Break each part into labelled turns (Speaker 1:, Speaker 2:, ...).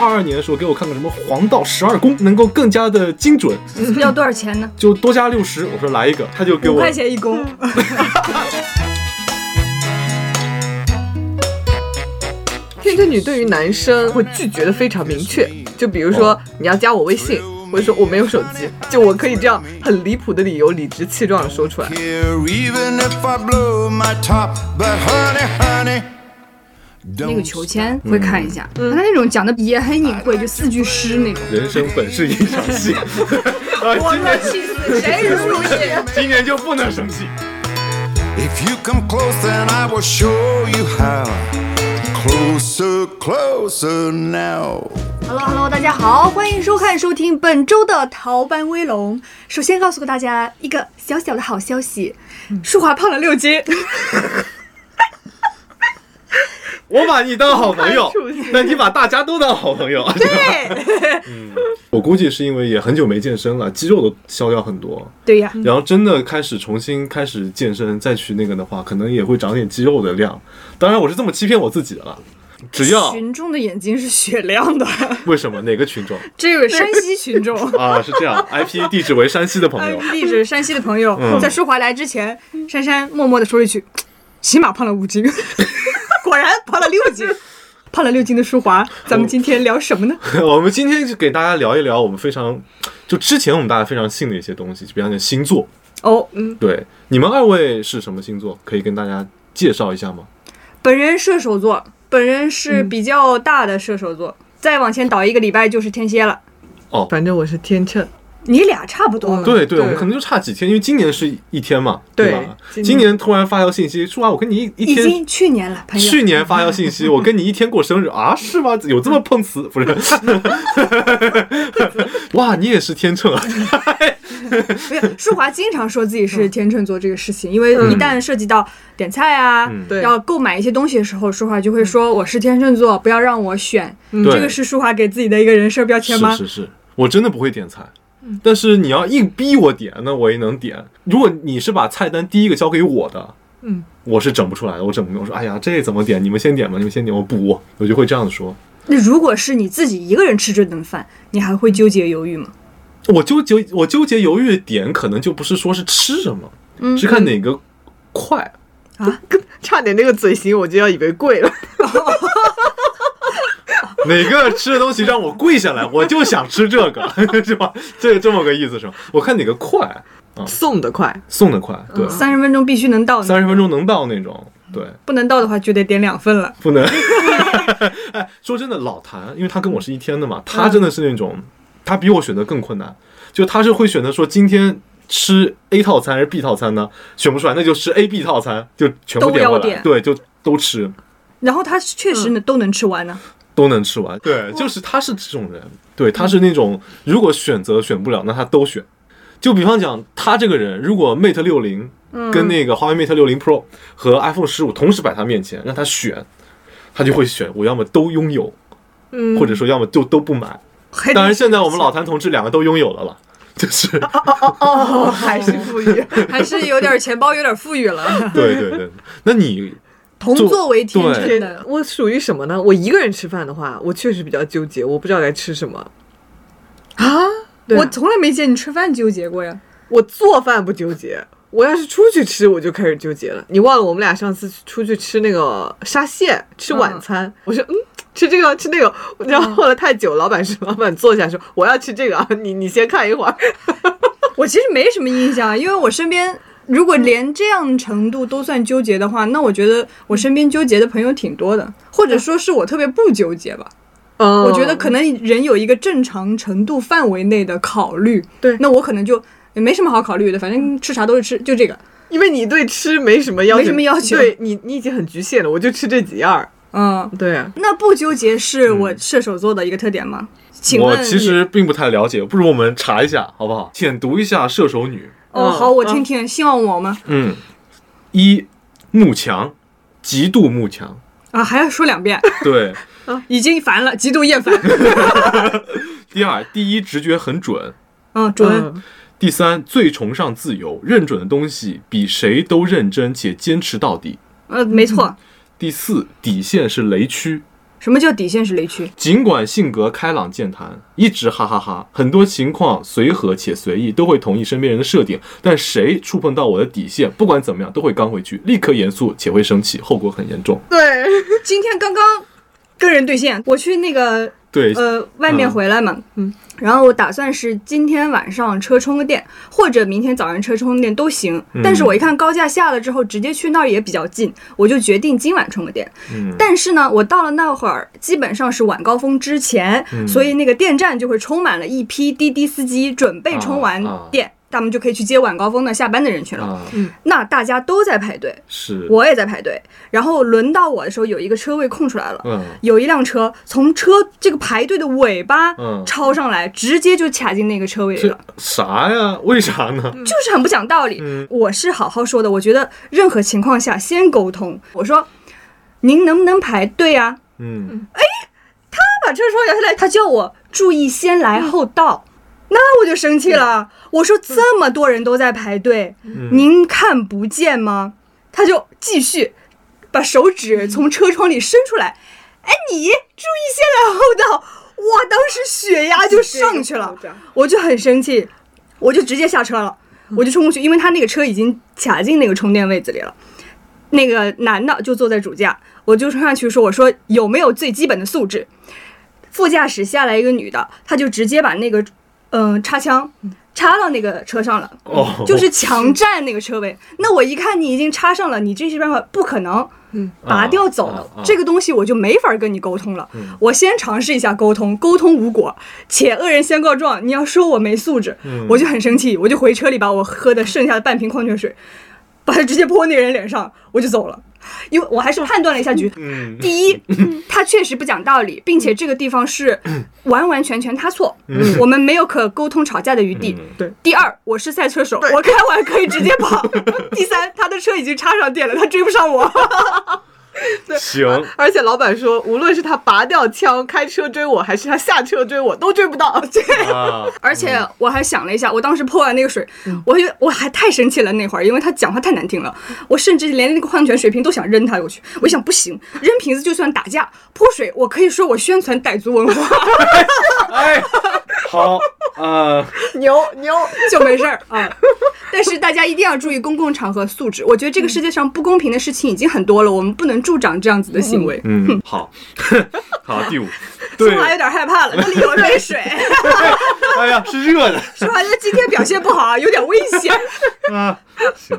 Speaker 1: 二二年的时候给我看个什么《黄道十二宫》，能够更加的精准，
Speaker 2: 要多少钱呢？
Speaker 1: 就多加六十。我说来一个，他就给
Speaker 2: 五
Speaker 1: 我
Speaker 2: 块钱一嗯公，
Speaker 3: 天秤女对于男生会拒绝的非常明确，就比如说你要加我微信，或者说我没有手机，就我可以这样很离谱的理由，理直气壮的说出来。
Speaker 4: Here, even if I blow my top, but honey, honey,
Speaker 2: 那个求签
Speaker 1: 嗯
Speaker 2: 会看一下，他那种讲的也很隐晦，就四句诗那种。
Speaker 1: 人生本是一场 戏。啊，今年
Speaker 2: 气死 谁如也？
Speaker 1: 今年就不能生气。
Speaker 4: If you come close, then I will show you how. Closer, closer now.
Speaker 5: Hello Hello，大家好，欢迎收看收听本周的《逃班威龙》。首先告诉大家一个小小的好消息，
Speaker 2: 嗯
Speaker 5: 舒华胖了六斤。
Speaker 1: 我把你当好朋友
Speaker 3: 太出息，
Speaker 1: 那你把大家都当好朋友。啊对，嗯我估计是因为也很久没健身了，肌肉都消掉很多。
Speaker 2: 对呀，
Speaker 1: 然后真的开始重新开始健身，再去那个的话，可能也会长点肌肉的量。当然，我是这么欺骗我自己的了。只要
Speaker 2: 群众的眼睛是雪亮 的，
Speaker 1: 为什么哪个群众
Speaker 2: 这个山 西群众。
Speaker 1: 啊？是这样，IP 地址为山西的朋友，
Speaker 2: 地址山西的朋友，在舒华来之前，珊珊默默的说了一句：“起码胖了五斤。” 果然胖了六斤，胖了六斤的舒华，咱们今天聊什么呢？
Speaker 1: 我们今天就给大家聊一聊我们非常就之前我们大家非常信的一些东西，就比方讲星座。
Speaker 2: 哦，嗯，
Speaker 1: 对，你们二位是什么星座？可以跟大家介绍一下吗？
Speaker 2: 本人射手座，本人
Speaker 1: 嗯
Speaker 2: 是比较大的射手座，再往前倒一个礼拜就是天蝎了。
Speaker 3: 反正我是天秤，
Speaker 2: 你俩差不多，
Speaker 1: 哦对对，
Speaker 3: 对
Speaker 1: 我们可能就差几天，因为今年是一天嘛，
Speaker 3: 对
Speaker 1: 吧？
Speaker 3: 今年
Speaker 1: 今年突然发条信息说啊，我跟你一一
Speaker 2: 已
Speaker 1: 天。
Speaker 2: 经哎去年了，朋友。
Speaker 1: 去年发条信息，我跟你一天过生日啊？是吗？有这么碰瓷？不是， 哇，你也是天秤啊？
Speaker 2: 不是舒华经常说自己是天秤座这个事情，因为一旦涉及到点菜啊，
Speaker 1: 嗯
Speaker 3: 对
Speaker 2: 要购买一些东西的时候，舒华就会说我是天秤座，不要让我选。
Speaker 1: 对
Speaker 2: 这个是舒华给自己的一个人设标签吗？嗯
Speaker 1: 是是是，我真的不会点菜。但是你要硬逼我点，那我也能点。如果你是把菜单第一个交给我的，
Speaker 3: 嗯，
Speaker 1: 我是整不出来的。我整不明白，我说哎呀，这怎么点？你们先点吧，你们先点，我补。我就会这样说。
Speaker 2: 那如果是你自己一个人吃这顿饭，你还会纠结犹豫吗？
Speaker 1: 我纠结，我纠结犹豫的点，可能就不是说是吃什么，
Speaker 2: 嗯
Speaker 1: 是看哪个快。
Speaker 3: 差点那个嘴型我就要以为跪了。
Speaker 1: 哪个吃的东西让我跪下来，我就想吃这个， 是吧？这这么个意思是吧？我看哪个快，
Speaker 3: 送的快，
Speaker 1: 送的快，对，
Speaker 2: 嗯三十分钟必须能到，
Speaker 1: 嗯三十分钟能到那种，对，
Speaker 2: 不能到的话就得点两份了。
Speaker 1: 不能。 哎，说真的，老谭，因为他跟我是一天的嘛，他真的是那种，他比我选择更困难，就他是会选择说今天。吃 A 套餐还是 B 套餐呢？选不出来，那就吃 A、B 套餐，就全部
Speaker 2: 都
Speaker 1: 点
Speaker 2: 要
Speaker 1: 过来，
Speaker 2: 点
Speaker 1: 对，就都吃。
Speaker 2: 然后他确
Speaker 1: 嗯
Speaker 2: 实呢、都能吃完呢、
Speaker 1: 都能吃完。对，就是他是这种人，对，他是那种如果选择选不了，那他都选。就比方讲，他这个人如果 Mate 六零
Speaker 2: 嗯
Speaker 1: 跟那个华为 Mate 六零 Pro 和 iPhone 十五同时摆他面前，让他选，他就会选我要么都拥有，
Speaker 3: 嗯
Speaker 1: 或者说要么就都不买。
Speaker 2: 还得
Speaker 1: 当然，现在我们老谭同志两个都拥有了啦， 就是。
Speaker 2: 啊
Speaker 3: 哦，还是富 裕。
Speaker 2: 还是有点钱包有点富裕了
Speaker 1: 对对对。那你
Speaker 2: 同
Speaker 1: 做
Speaker 2: 作为天秤
Speaker 3: 对
Speaker 2: 的，，
Speaker 3: 我属于什么呢？我一个人吃饭的话，我确实比较纠结，我不知道该吃什么。啊对
Speaker 2: 我从来没见你吃饭纠结过呀。
Speaker 3: 我做饭不纠结，我要是出去吃我就开始纠结了。你忘了我们俩上次出去吃那个沙县，吃晚餐，我说嗯。吃这个，吃那个， 然后后来太久，老板是老板坐下说我要吃这个啊， 你你先看一会儿。
Speaker 2: 我其实没什么印象，啊因为我身边如果连这样程度都算纠结的话，那我觉得我身边纠结的朋友挺多的，或者说是我特别不纠结吧。
Speaker 3: 嗯，
Speaker 2: 我觉得可能人有一个正常程度范围内的考虑，
Speaker 3: 对
Speaker 2: 那我可能就。也没什么好考虑的，反正吃啥都是吃，就这个。
Speaker 3: 因为你对吃没什么要求，
Speaker 2: 没什么要求
Speaker 3: 对你你已经很局限了，我就吃这几样儿。
Speaker 2: 嗯，
Speaker 3: 对啊，
Speaker 2: 那不纠结是我射手座的一个特点吗？请
Speaker 1: 我
Speaker 2: 问
Speaker 1: 其实并不太了解，不如我们查一下好不好？浅读一下射手女。
Speaker 2: 哦，
Speaker 3: 嗯
Speaker 2: 好，我听听，希望我吗？
Speaker 1: 嗯，一慕强，极度慕强。
Speaker 2: 啊，还要说两遍，
Speaker 1: 对，
Speaker 2: 已经烦了，极度 厌烦。
Speaker 1: 第二，第一直觉很准。
Speaker 2: 嗯，准。
Speaker 3: 嗯
Speaker 1: 第三，最崇尚自由，认准的东西比谁都认真且坚持到底。
Speaker 2: 呃，没错。
Speaker 1: 第四，底线是雷区。
Speaker 2: 什么叫底线是雷区？
Speaker 1: 尽管性格开朗健谈，一直哈哈哈很多情况随和且随意，都会同意身边人的设定，但谁触碰到我的底线，不管怎么样都会刚回去，立刻严肃且会生气，后果很严重。
Speaker 3: 对，
Speaker 2: 今天刚刚跟人对线，我去那个
Speaker 1: 对，
Speaker 2: 呃外面回来嘛，嗯，然后我打算是今天晚上车充个电，或者明天早上车充个电都行。
Speaker 1: 嗯
Speaker 2: 但是我一看高架下了之后，直接去那儿也比较近，我就决定今晚充个电。
Speaker 1: 嗯
Speaker 2: 但是呢，我到了那会儿基本上是晚高峰之前，
Speaker 1: 嗯
Speaker 2: 所以那个电站就会充满了一批滴滴司机，准备充完
Speaker 1: 啊啊
Speaker 2: 电，他们就可以去接晚高峰的下班的人去了。
Speaker 1: 啊，
Speaker 2: 那大家都在排队，
Speaker 1: 是，
Speaker 2: 我也在排队。然后轮到我的时候，有一个车位空出来了，
Speaker 1: 嗯
Speaker 2: 有一辆车从车这个排队的尾巴
Speaker 1: 嗯
Speaker 2: 超上来，直接就卡进那个车位里
Speaker 1: 这
Speaker 2: 了，
Speaker 1: 啥呀？为啥呢？
Speaker 2: 就是很不讲道理。
Speaker 1: 嗯
Speaker 2: 我是好好说的，我觉得任何情况下先沟通。我说，您能不能排队啊？
Speaker 1: 嗯，
Speaker 2: 他把车窗摇下来，他叫我注意先来后到，那我就生气了。我说这么多人都在排队，您看不见吗？他就继续把手指从车窗里伸出来，哎，你注意先来后到。哇，当时血压就上去了
Speaker 3: 这个爆炸，
Speaker 2: 我就很生气，我就直接下车了，我就冲过去，因为他那个车已经卡进那个充电位子里了。那个男的就坐在主驾，我就冲上去说：“我说有没有最基本的素质？”副驾驶下来一个女的，她就直接把那个嗯、呃插枪插到那个车上了，
Speaker 1: 哦，
Speaker 2: 就是强占那个车位。那我一看你已经插上了，你这些办法不可能。拔掉走了、
Speaker 1: 嗯啊啊啊
Speaker 2: 这个东西，我就没法跟你沟通了、我先尝试一下沟通，沟通无果，且恶人先告状。你要说我没素质，我就很生气，我就回车里把我喝的剩下的半瓶矿泉水， 把它直接泼那个人脸上，我就走了。因为我还是判断了一下局，
Speaker 1: 嗯
Speaker 2: 第一，他确实不讲道理，并且这个地方是完完全全他错，我们没有可沟通吵架的余地。
Speaker 3: 对，
Speaker 2: 第二，我是赛车手，我开完可以直接跑。第三，他的车已经插上电了，他追不上我。嗯
Speaker 1: 行，
Speaker 3: 而且老板说，无论是他拔掉枪开车追我，还是他下车追我，都追不到。对，
Speaker 1: 啊，
Speaker 2: 而且我还想了一下，我当时泼完那个水，
Speaker 1: 嗯
Speaker 2: 我以为我还太生气了那会儿，因为他讲话太难听了，我甚至连那个矿泉水瓶都想扔他过去。
Speaker 1: 嗯
Speaker 2: 我想不行，扔瓶子就算打架，泼水我可以说我宣传傣族文 化
Speaker 1: 哎，好啊，
Speaker 3: 牛牛，
Speaker 2: 就没事儿啊。但是大家一定要注意公共场合素质，我觉得
Speaker 1: 嗯
Speaker 2: 这个世界上不公平的事情已经很多了，我们不能助长这样子的行为。
Speaker 1: 嗯，好， 好，第五，
Speaker 2: 说
Speaker 1: 对，
Speaker 2: 话有点害怕了，这里有一杯水，
Speaker 1: 哎呀，是热的。
Speaker 2: 说话就今天表现不好啊，有点危险。
Speaker 1: 啊，行。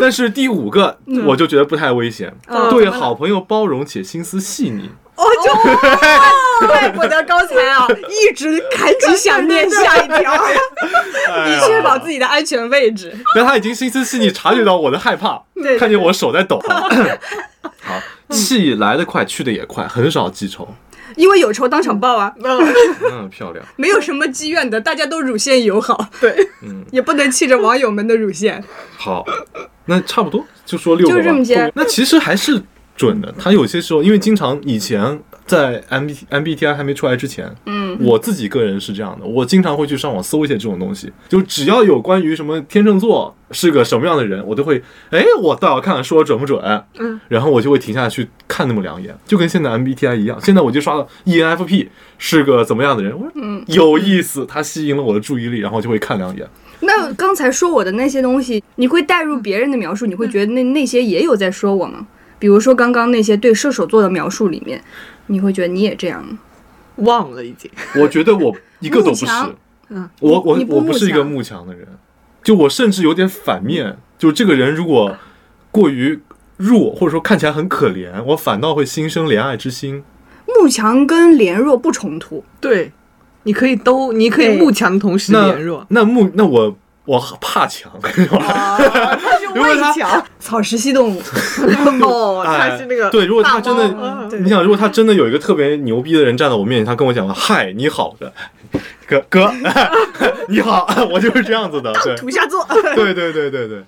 Speaker 1: 但是第五个
Speaker 2: 嗯
Speaker 1: 我就觉得不太危险，对好朋友包容且心思细腻。
Speaker 2: 哦，就怪不得刚才啊，一直赶紧想念下一条，以确保自
Speaker 1: 己。
Speaker 2: 己的安全位置。
Speaker 1: 但他已经心思细腻，察觉到我的害怕，
Speaker 2: 对
Speaker 1: 看见我手在抖。 好，气来得快，去得也快，很少记仇。
Speaker 2: 因为有仇当场报啊，
Speaker 1: 嗯，漂亮。
Speaker 2: 没有什么积怨的，大家都乳腺友好，
Speaker 3: 对，
Speaker 2: 也不能气着网友们的乳腺。
Speaker 1: 好，那差不多就说六个吧。
Speaker 2: 就这么些
Speaker 1: 那其实还是准的。他有些时候，因为经常以前在 M B M B T I 还没出来之前，嗯，我自己个人是这样的，我经常会去上网搜一些这种东西，就只要有关于什么天秤座是个什么样的人，我都会，哎，我倒要看看说的准不准，嗯，然后我就会停下去看那么两眼，就跟现在 M B T I 一样。现在我就刷到 E N F P 是个怎么样的人，我说，嗯，有意思，他吸引了我的注意力，然后就会看两眼。
Speaker 2: 那刚才说我的那些东西，你会带入别人的描述，你会觉得那那些也有在说我吗？比如说刚刚那些对射手座的描述里面，你会觉得你也这样吗？
Speaker 3: 忘了已经。
Speaker 1: 我觉得我一个都不
Speaker 2: 慕
Speaker 1: 是
Speaker 2: 强，
Speaker 3: 嗯
Speaker 1: 我我
Speaker 2: 你不
Speaker 1: 我不是一个
Speaker 2: 慕强
Speaker 1: 慕强的人，就我甚至有点反面，就这个人如果过于弱，或者说看起来很可怜，我反倒会心生怜爱之心。
Speaker 2: 慕强跟联弱不冲突，
Speaker 3: 对，你可以都，你可以
Speaker 2: 对
Speaker 3: 慕强同时
Speaker 1: 那
Speaker 3: 联 弱，
Speaker 1: 那慕那我我怕强， 是吧
Speaker 3: 他是
Speaker 1: 如果他
Speaker 3: 畏强。
Speaker 2: 草食系动物。
Speaker 3: 哦，他
Speaker 1: 哎
Speaker 3: 是那个
Speaker 1: 对，如果他
Speaker 3: 大
Speaker 1: 真
Speaker 3: 猫
Speaker 1: 的
Speaker 3: 嗯，
Speaker 1: 你想，如果他真的有一个特别牛逼的人站在我面前，他跟我讲了“嗨，你好”的，哥哥， 你好， 我就是这样子的，对，
Speaker 3: 土下座。
Speaker 1: 对对对对对，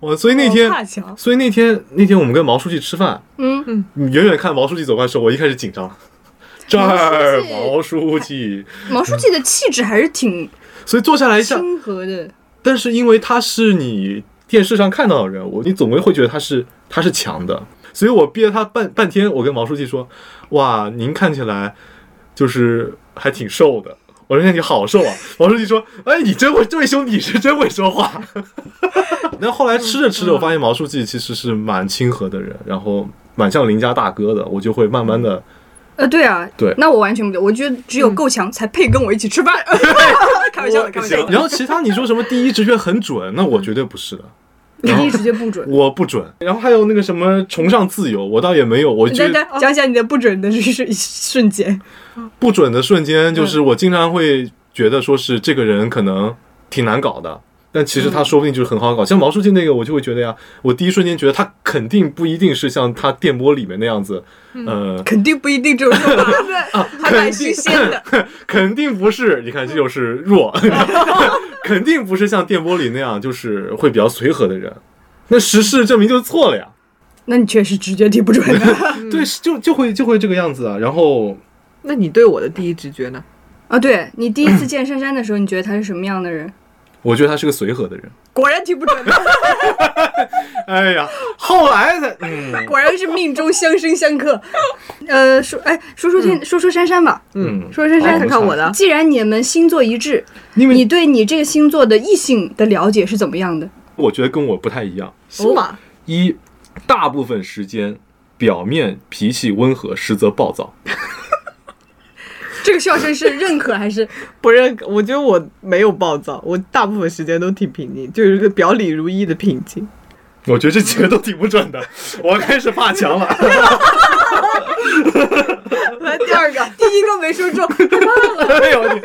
Speaker 1: 我所以那天
Speaker 2: 我怕强
Speaker 1: 所以那天那天我们跟毛书记吃饭，
Speaker 2: 嗯
Speaker 1: 嗯，你远远看毛书记走过来的时候，我一开始紧 张，这儿毛书记，
Speaker 2: 毛书记的气质还是挺
Speaker 1: 所以坐下来一下，
Speaker 2: 亲和的，
Speaker 1: 但是因为他是你电视上看到的人物，你总归会觉得他是他是强的。所以我憋他半半天，我跟毛书记说，哇，您看起来就是还挺瘦的。我说你好瘦啊！ 毛书记说：“哎，你真会，这位兄弟是真会说话。” 那后来吃着吃着，我发现毛书记其实是蛮亲和的人，然后蛮像邻家大哥的，我就会慢慢的
Speaker 2: 呃，对啊，
Speaker 1: 对
Speaker 2: 那我完全不对，我觉得只有够强才配跟我一起吃饭。 开玩笑 的，开玩笑的。
Speaker 1: 然后其他你说什么第一直觉很准，那我绝对不是的，
Speaker 2: 你第一直觉不准。
Speaker 1: 我不准。然后还有那个什么崇尚自由，我倒也没有，我觉
Speaker 2: 对对
Speaker 1: 得，
Speaker 2: 讲讲你的不准的瞬瞬间。
Speaker 1: 不准的瞬间就是
Speaker 2: 嗯
Speaker 1: 我经常会觉得说是这个人可能挺难搞的。但其实他说不定就是很好搞，
Speaker 2: 嗯
Speaker 1: 像毛书记那个，我就会觉得呀，我第一瞬间觉得他肯定不一定是像他电波里面那样子，
Speaker 2: 嗯
Speaker 1: 呃，
Speaker 2: 肯定不一定这种说 法，还蛮新鲜的。
Speaker 1: 啊 肯定不是，你看这就是弱， 肯定不是像电波里那样，就是会比较随和的人。那实事证明就是错了呀，
Speaker 2: 那你确实直觉挺不准 的
Speaker 1: 对，是就就会就会这个样子啊。然后
Speaker 3: 那你对我的第一直觉呢？
Speaker 2: 啊！对你第一次见珊珊的时候，你觉得她是什么样的人？
Speaker 1: 我觉得他是个随和的人。
Speaker 2: 果然挺不准的，
Speaker 1: 哎呀，后来才嗯
Speaker 2: 果然是命中相生相克。呃，说哎，说说天，说说珊珊吧，
Speaker 1: 嗯，
Speaker 2: 说说珊
Speaker 1: 好
Speaker 2: 珊
Speaker 3: 看看我的，
Speaker 2: 既然你们星座一致，
Speaker 1: 因
Speaker 2: 你
Speaker 1: 为
Speaker 2: 对你这个星座的异性的了解是怎么样的？
Speaker 1: 我觉得跟我不太一样。
Speaker 3: 是吗？
Speaker 1: 一，大部分时间表面脾气温和，实则暴躁。
Speaker 2: 这个笑声是认可还是？
Speaker 3: 不认，我觉得我没有暴躁，我大部分时间都挺平静，就是个表里如一的平静。
Speaker 1: 我觉得这几个都挺不准的，我开始怕强了。
Speaker 3: 来第二个，
Speaker 2: 第一个没说中，
Speaker 1: 哎呦我天，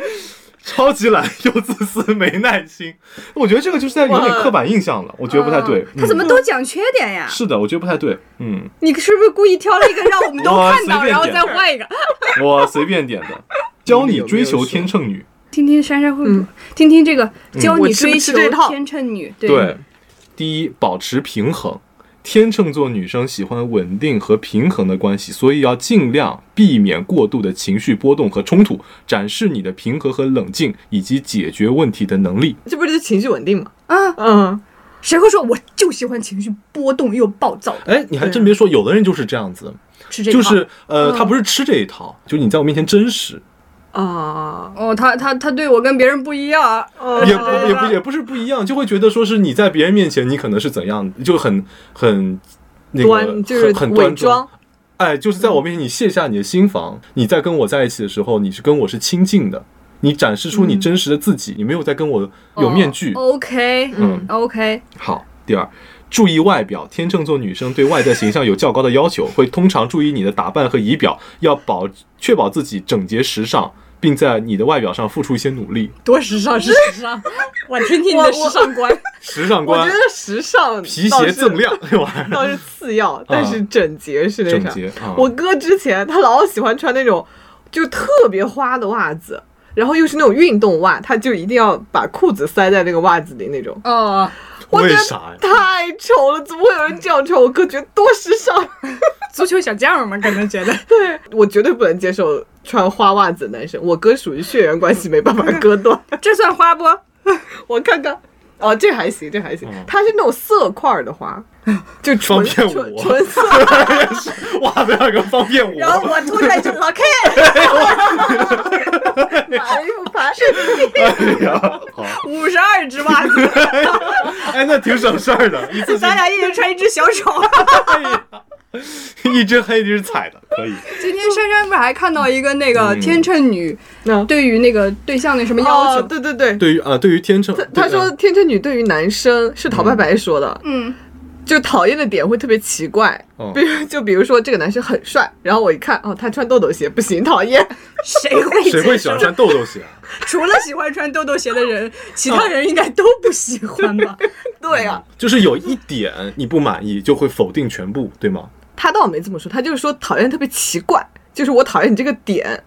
Speaker 1: 超级懒又自私没耐心，我觉得这个就是在有点刻板印象了，我觉得不太对。
Speaker 2: 哦他怎么
Speaker 1: 嗯
Speaker 2: 都讲缺点呀？
Speaker 1: 是的，我觉得不太对。嗯，
Speaker 2: 你是不是故意挑了一个让 我们都
Speaker 1: 我
Speaker 2: 看到，
Speaker 1: 随便
Speaker 2: 然后
Speaker 1: 点
Speaker 2: 再换一个？
Speaker 1: 我随便点的，教你追求天秤女。
Speaker 2: 听听珊珊会不会，听听这个教
Speaker 3: 我
Speaker 2: 你
Speaker 3: 吃不
Speaker 2: 追
Speaker 3: 吃
Speaker 2: 求
Speaker 3: 这套
Speaker 2: 天秤女，
Speaker 1: 嗯对，第一，保持平衡。天秤座女生喜欢稳定和平衡的关系，所以要尽量避免过度的情绪波动和冲突，展示你的平和和冷静以及解决问题的能力。
Speaker 3: 这不是就情绪稳定吗？
Speaker 2: 啊，
Speaker 3: 嗯，
Speaker 2: 谁会说我就喜欢情绪波动又暴躁的？
Speaker 1: 哎，你还真别说，有的人就是这样子，
Speaker 2: 是这
Speaker 1: 就
Speaker 2: 个，
Speaker 1: 是
Speaker 3: 嗯
Speaker 1: 呃，他不是吃这一套，就是你在我面前真实，
Speaker 3: 啊，
Speaker 2: 哦，他他他对我跟别人不一样啊，
Speaker 3: 哦
Speaker 1: 也不也不也不是不一样，就会觉得说是你在别人面前你可能是怎样，就很很那个
Speaker 3: 端就是
Speaker 1: 很很
Speaker 3: 伪
Speaker 1: 端庄
Speaker 3: 装。，
Speaker 1: 哎，就是在我面前你卸下你的心防，你在跟我在一起的时候，你是跟我是亲近的，你展示出你
Speaker 3: 嗯
Speaker 1: 真实的自己，你没有在跟我有
Speaker 3: 哦
Speaker 1: 面具。
Speaker 2: 哦 OK
Speaker 1: 嗯，
Speaker 2: OK，
Speaker 1: 好，第二。注意外表，天秤座女生对外在形象有较高的要求，会通常注意你的打扮和仪表，要保确保自己整洁时尚，并在你的外表上付出一些努力。
Speaker 2: 多时尚是时 尚，我听听你的时尚观。
Speaker 1: 时尚
Speaker 3: 我觉
Speaker 1: 观，
Speaker 3: 得时尚
Speaker 1: 皮
Speaker 3: 倒
Speaker 1: 鞋
Speaker 3: 是
Speaker 1: 锃亮，这玩意儿
Speaker 3: 倒是次要，但是整洁是那
Speaker 1: 啊整
Speaker 3: 啥。
Speaker 1: 洁啊！
Speaker 3: 我哥之前他老喜欢穿那种就特别花的袜子，然后又是那种运动袜，他就一定要把裤子塞在那个袜子里那种。
Speaker 2: 哦，
Speaker 3: 我觉
Speaker 1: 为
Speaker 3: 得
Speaker 1: 啥呀？
Speaker 3: 太丑了，怎么会有人这样穿？我哥觉得多时尚。
Speaker 2: 足球小将们可能觉得
Speaker 3: 对我绝对不能接受穿花袜子的男生。我哥属于血缘关系，没办法割断。
Speaker 2: 这算花不？
Speaker 3: 我看看，哦，这还行，这还行
Speaker 1: 嗯。
Speaker 3: 它是那种色块儿的花，就纯
Speaker 1: 方便
Speaker 3: 纯
Speaker 1: 我
Speaker 3: 纯色。
Speaker 1: 袜子要个方便我，
Speaker 2: 然后我突然就 老 K，
Speaker 3: 买又 买，
Speaker 1: 哎呀，好，
Speaker 2: 五十二只袜子，
Speaker 1: 哎，那挺省事儿的，一次性
Speaker 2: 咱俩一人穿一只小丑。
Speaker 1: 一只黑 一只彩的，可以。
Speaker 2: 今天珊珊不是还看到一个那个
Speaker 1: 嗯
Speaker 2: 天秤女
Speaker 3: 嗯
Speaker 2: 对于那个对象那什么要
Speaker 3: 哦，
Speaker 2: 求？
Speaker 3: 对对对。
Speaker 1: 对于啊，对于天秤，
Speaker 3: 他
Speaker 1: 对
Speaker 3: 说
Speaker 1: 呃
Speaker 3: 天秤女对于男生是陶白白说的，
Speaker 2: 嗯，
Speaker 3: 就讨厌的点会特别奇怪
Speaker 1: 哦，
Speaker 3: 比如就比如说这个男生很帅，然后我一看哦，他穿豆豆鞋不行，讨厌。
Speaker 2: 谁会
Speaker 1: 谁会喜欢穿豆豆鞋啊？
Speaker 2: 除了喜欢穿豆豆鞋的人，其他人应该都不喜欢 吧？
Speaker 3: 对啊，
Speaker 1: 就是有一点你不满意，就会否定全部，对吗？
Speaker 3: 他倒没这么说，他就是说讨厌特别奇怪，就是我讨厌你这个点。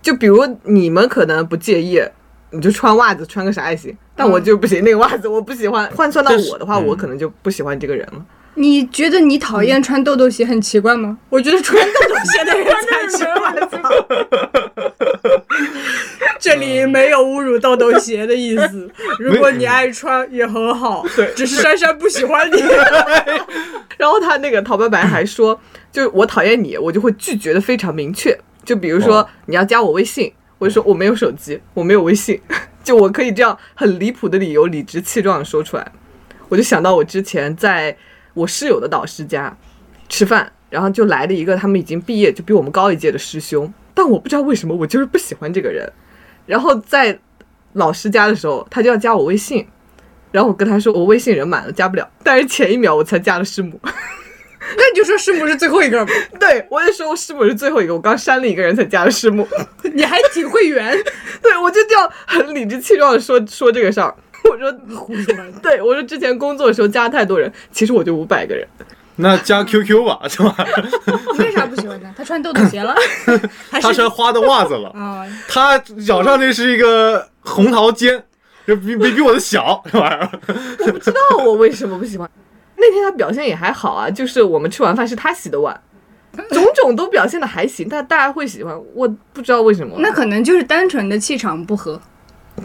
Speaker 3: 就比如你们可能不介意，你就穿袜子穿个啥也行，但我就不行，那个袜子我不喜欢。换算到
Speaker 1: 嗯但是
Speaker 3: 我的话，
Speaker 1: 嗯
Speaker 3: 我可能就不喜欢这个人了。
Speaker 2: 你觉得你讨厌穿豆豆鞋很奇怪吗？ 我觉得穿豆豆鞋的人才奇怪。 这里没有侮辱豆豆鞋的意思，如果你爱穿也很好，只是珊珊不喜欢你。
Speaker 3: 然后他那个陶白白还说，就是我讨厌你，我就会拒绝的非常明确。就比如说
Speaker 1: 哦
Speaker 3: 你要加我微信，我就说我没有手机，我没有微信， 就我可以这样很离谱的理由，理直气壮地说出来。我就想到我之前在我室友的导师家吃饭，然后就来了一个他们已经毕业，就比我们高一届的师兄，但我不知道为什么，我就是不喜欢这个人。然后在老师家的时候，他就要加我微信，然后我跟他说我微信人满了加不了，但是前一秒我才加了师母，
Speaker 2: 那你就说师母是最后一个吧，
Speaker 3: 对我也说我师母是最后一个，我刚删了一个人才加了师母，
Speaker 2: 你还挺会圆，
Speaker 3: 对我就这样很理直气壮的说说这个事儿，我说
Speaker 2: 胡说八道。
Speaker 3: 对我说之前工作的时候加太多人，其实我就五百个人，
Speaker 1: 那 加 QQ 吧，是吧？
Speaker 2: 你为啥不喜欢他？他穿豆豆鞋 了，还
Speaker 1: 他
Speaker 2: 是
Speaker 1: 穿花的袜子了，
Speaker 2: 啊？
Speaker 1: 他脚上这是一个红桃尖，就比比比我的小，这玩意儿。
Speaker 3: 我不知道我为什么不喜欢。 那天他表现也还好啊，就是我们吃完饭是他洗的碗，种种都表现的还行，但大家会喜欢，我不知道为什么。
Speaker 2: 那可能就是单纯的气场不合。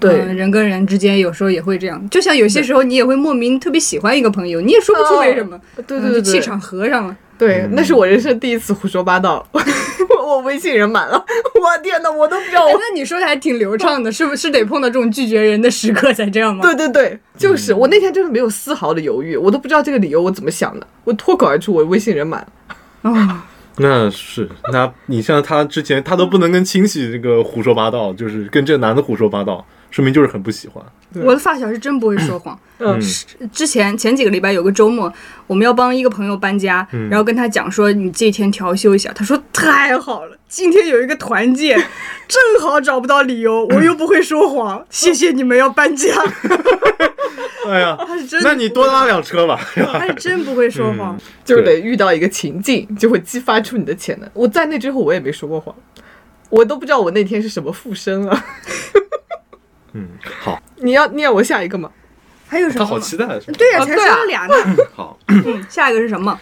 Speaker 3: 对、
Speaker 2: 嗯人跟人之间有时候也会这样，就像有些时候你也会莫名特别喜欢一个朋友，你也说不出为什么，
Speaker 3: 对对
Speaker 2: 嗯
Speaker 3: 对
Speaker 2: 就
Speaker 3: 对，
Speaker 2: 气场合上了。
Speaker 3: 对，那是我人生第一次胡说八道， 我我微信人满了， 我天呐，我都不知道
Speaker 2: 哎
Speaker 3: 我。
Speaker 2: 那你说的还挺流畅的，是不是得碰到这种拒绝人的时刻才这样吗？
Speaker 3: 对对对，就是我那天真的没有丝毫的犹豫，我都不知道这个理由我怎么想的，我脱口而出我微信人满了。
Speaker 2: 啊，
Speaker 1: 那是，那你像他之前，他都不能跟亲戚这个胡说八道，就是跟这个男的胡说八道，说明就是很不喜欢。
Speaker 3: 对
Speaker 2: 我的发小是真不会说 谎。
Speaker 1: 嗯，
Speaker 2: 之前前几个礼拜有个周末，我们要帮一个朋友搬家，
Speaker 1: 嗯
Speaker 2: 然后跟他讲说你这一天调休一下，他说太好了，今天有一个团 建，正好找不到理由，我又不会说谎，谢谢你们要搬家，
Speaker 1: 哎呀，
Speaker 2: 他是 真的
Speaker 1: 那你多拉嗯两车吧，是吧？
Speaker 2: 他是真不会说谎，
Speaker 3: 就是
Speaker 1: 对
Speaker 3: 得遇到一个情境，就会激发出你的潜能。我在那之后我也没说过谎，我都不知道我那天是什么附身了。
Speaker 1: 嗯，好，
Speaker 3: 你要念我下一个吗？
Speaker 2: 还有什
Speaker 1: 他
Speaker 2: 么？
Speaker 1: 好期待，是吧？
Speaker 2: 对呀、
Speaker 3: 啊
Speaker 2: 才
Speaker 3: 对
Speaker 2: 说
Speaker 3: 啊
Speaker 2: 了俩呢。
Speaker 1: 好，
Speaker 2: 嗯下一个是什么？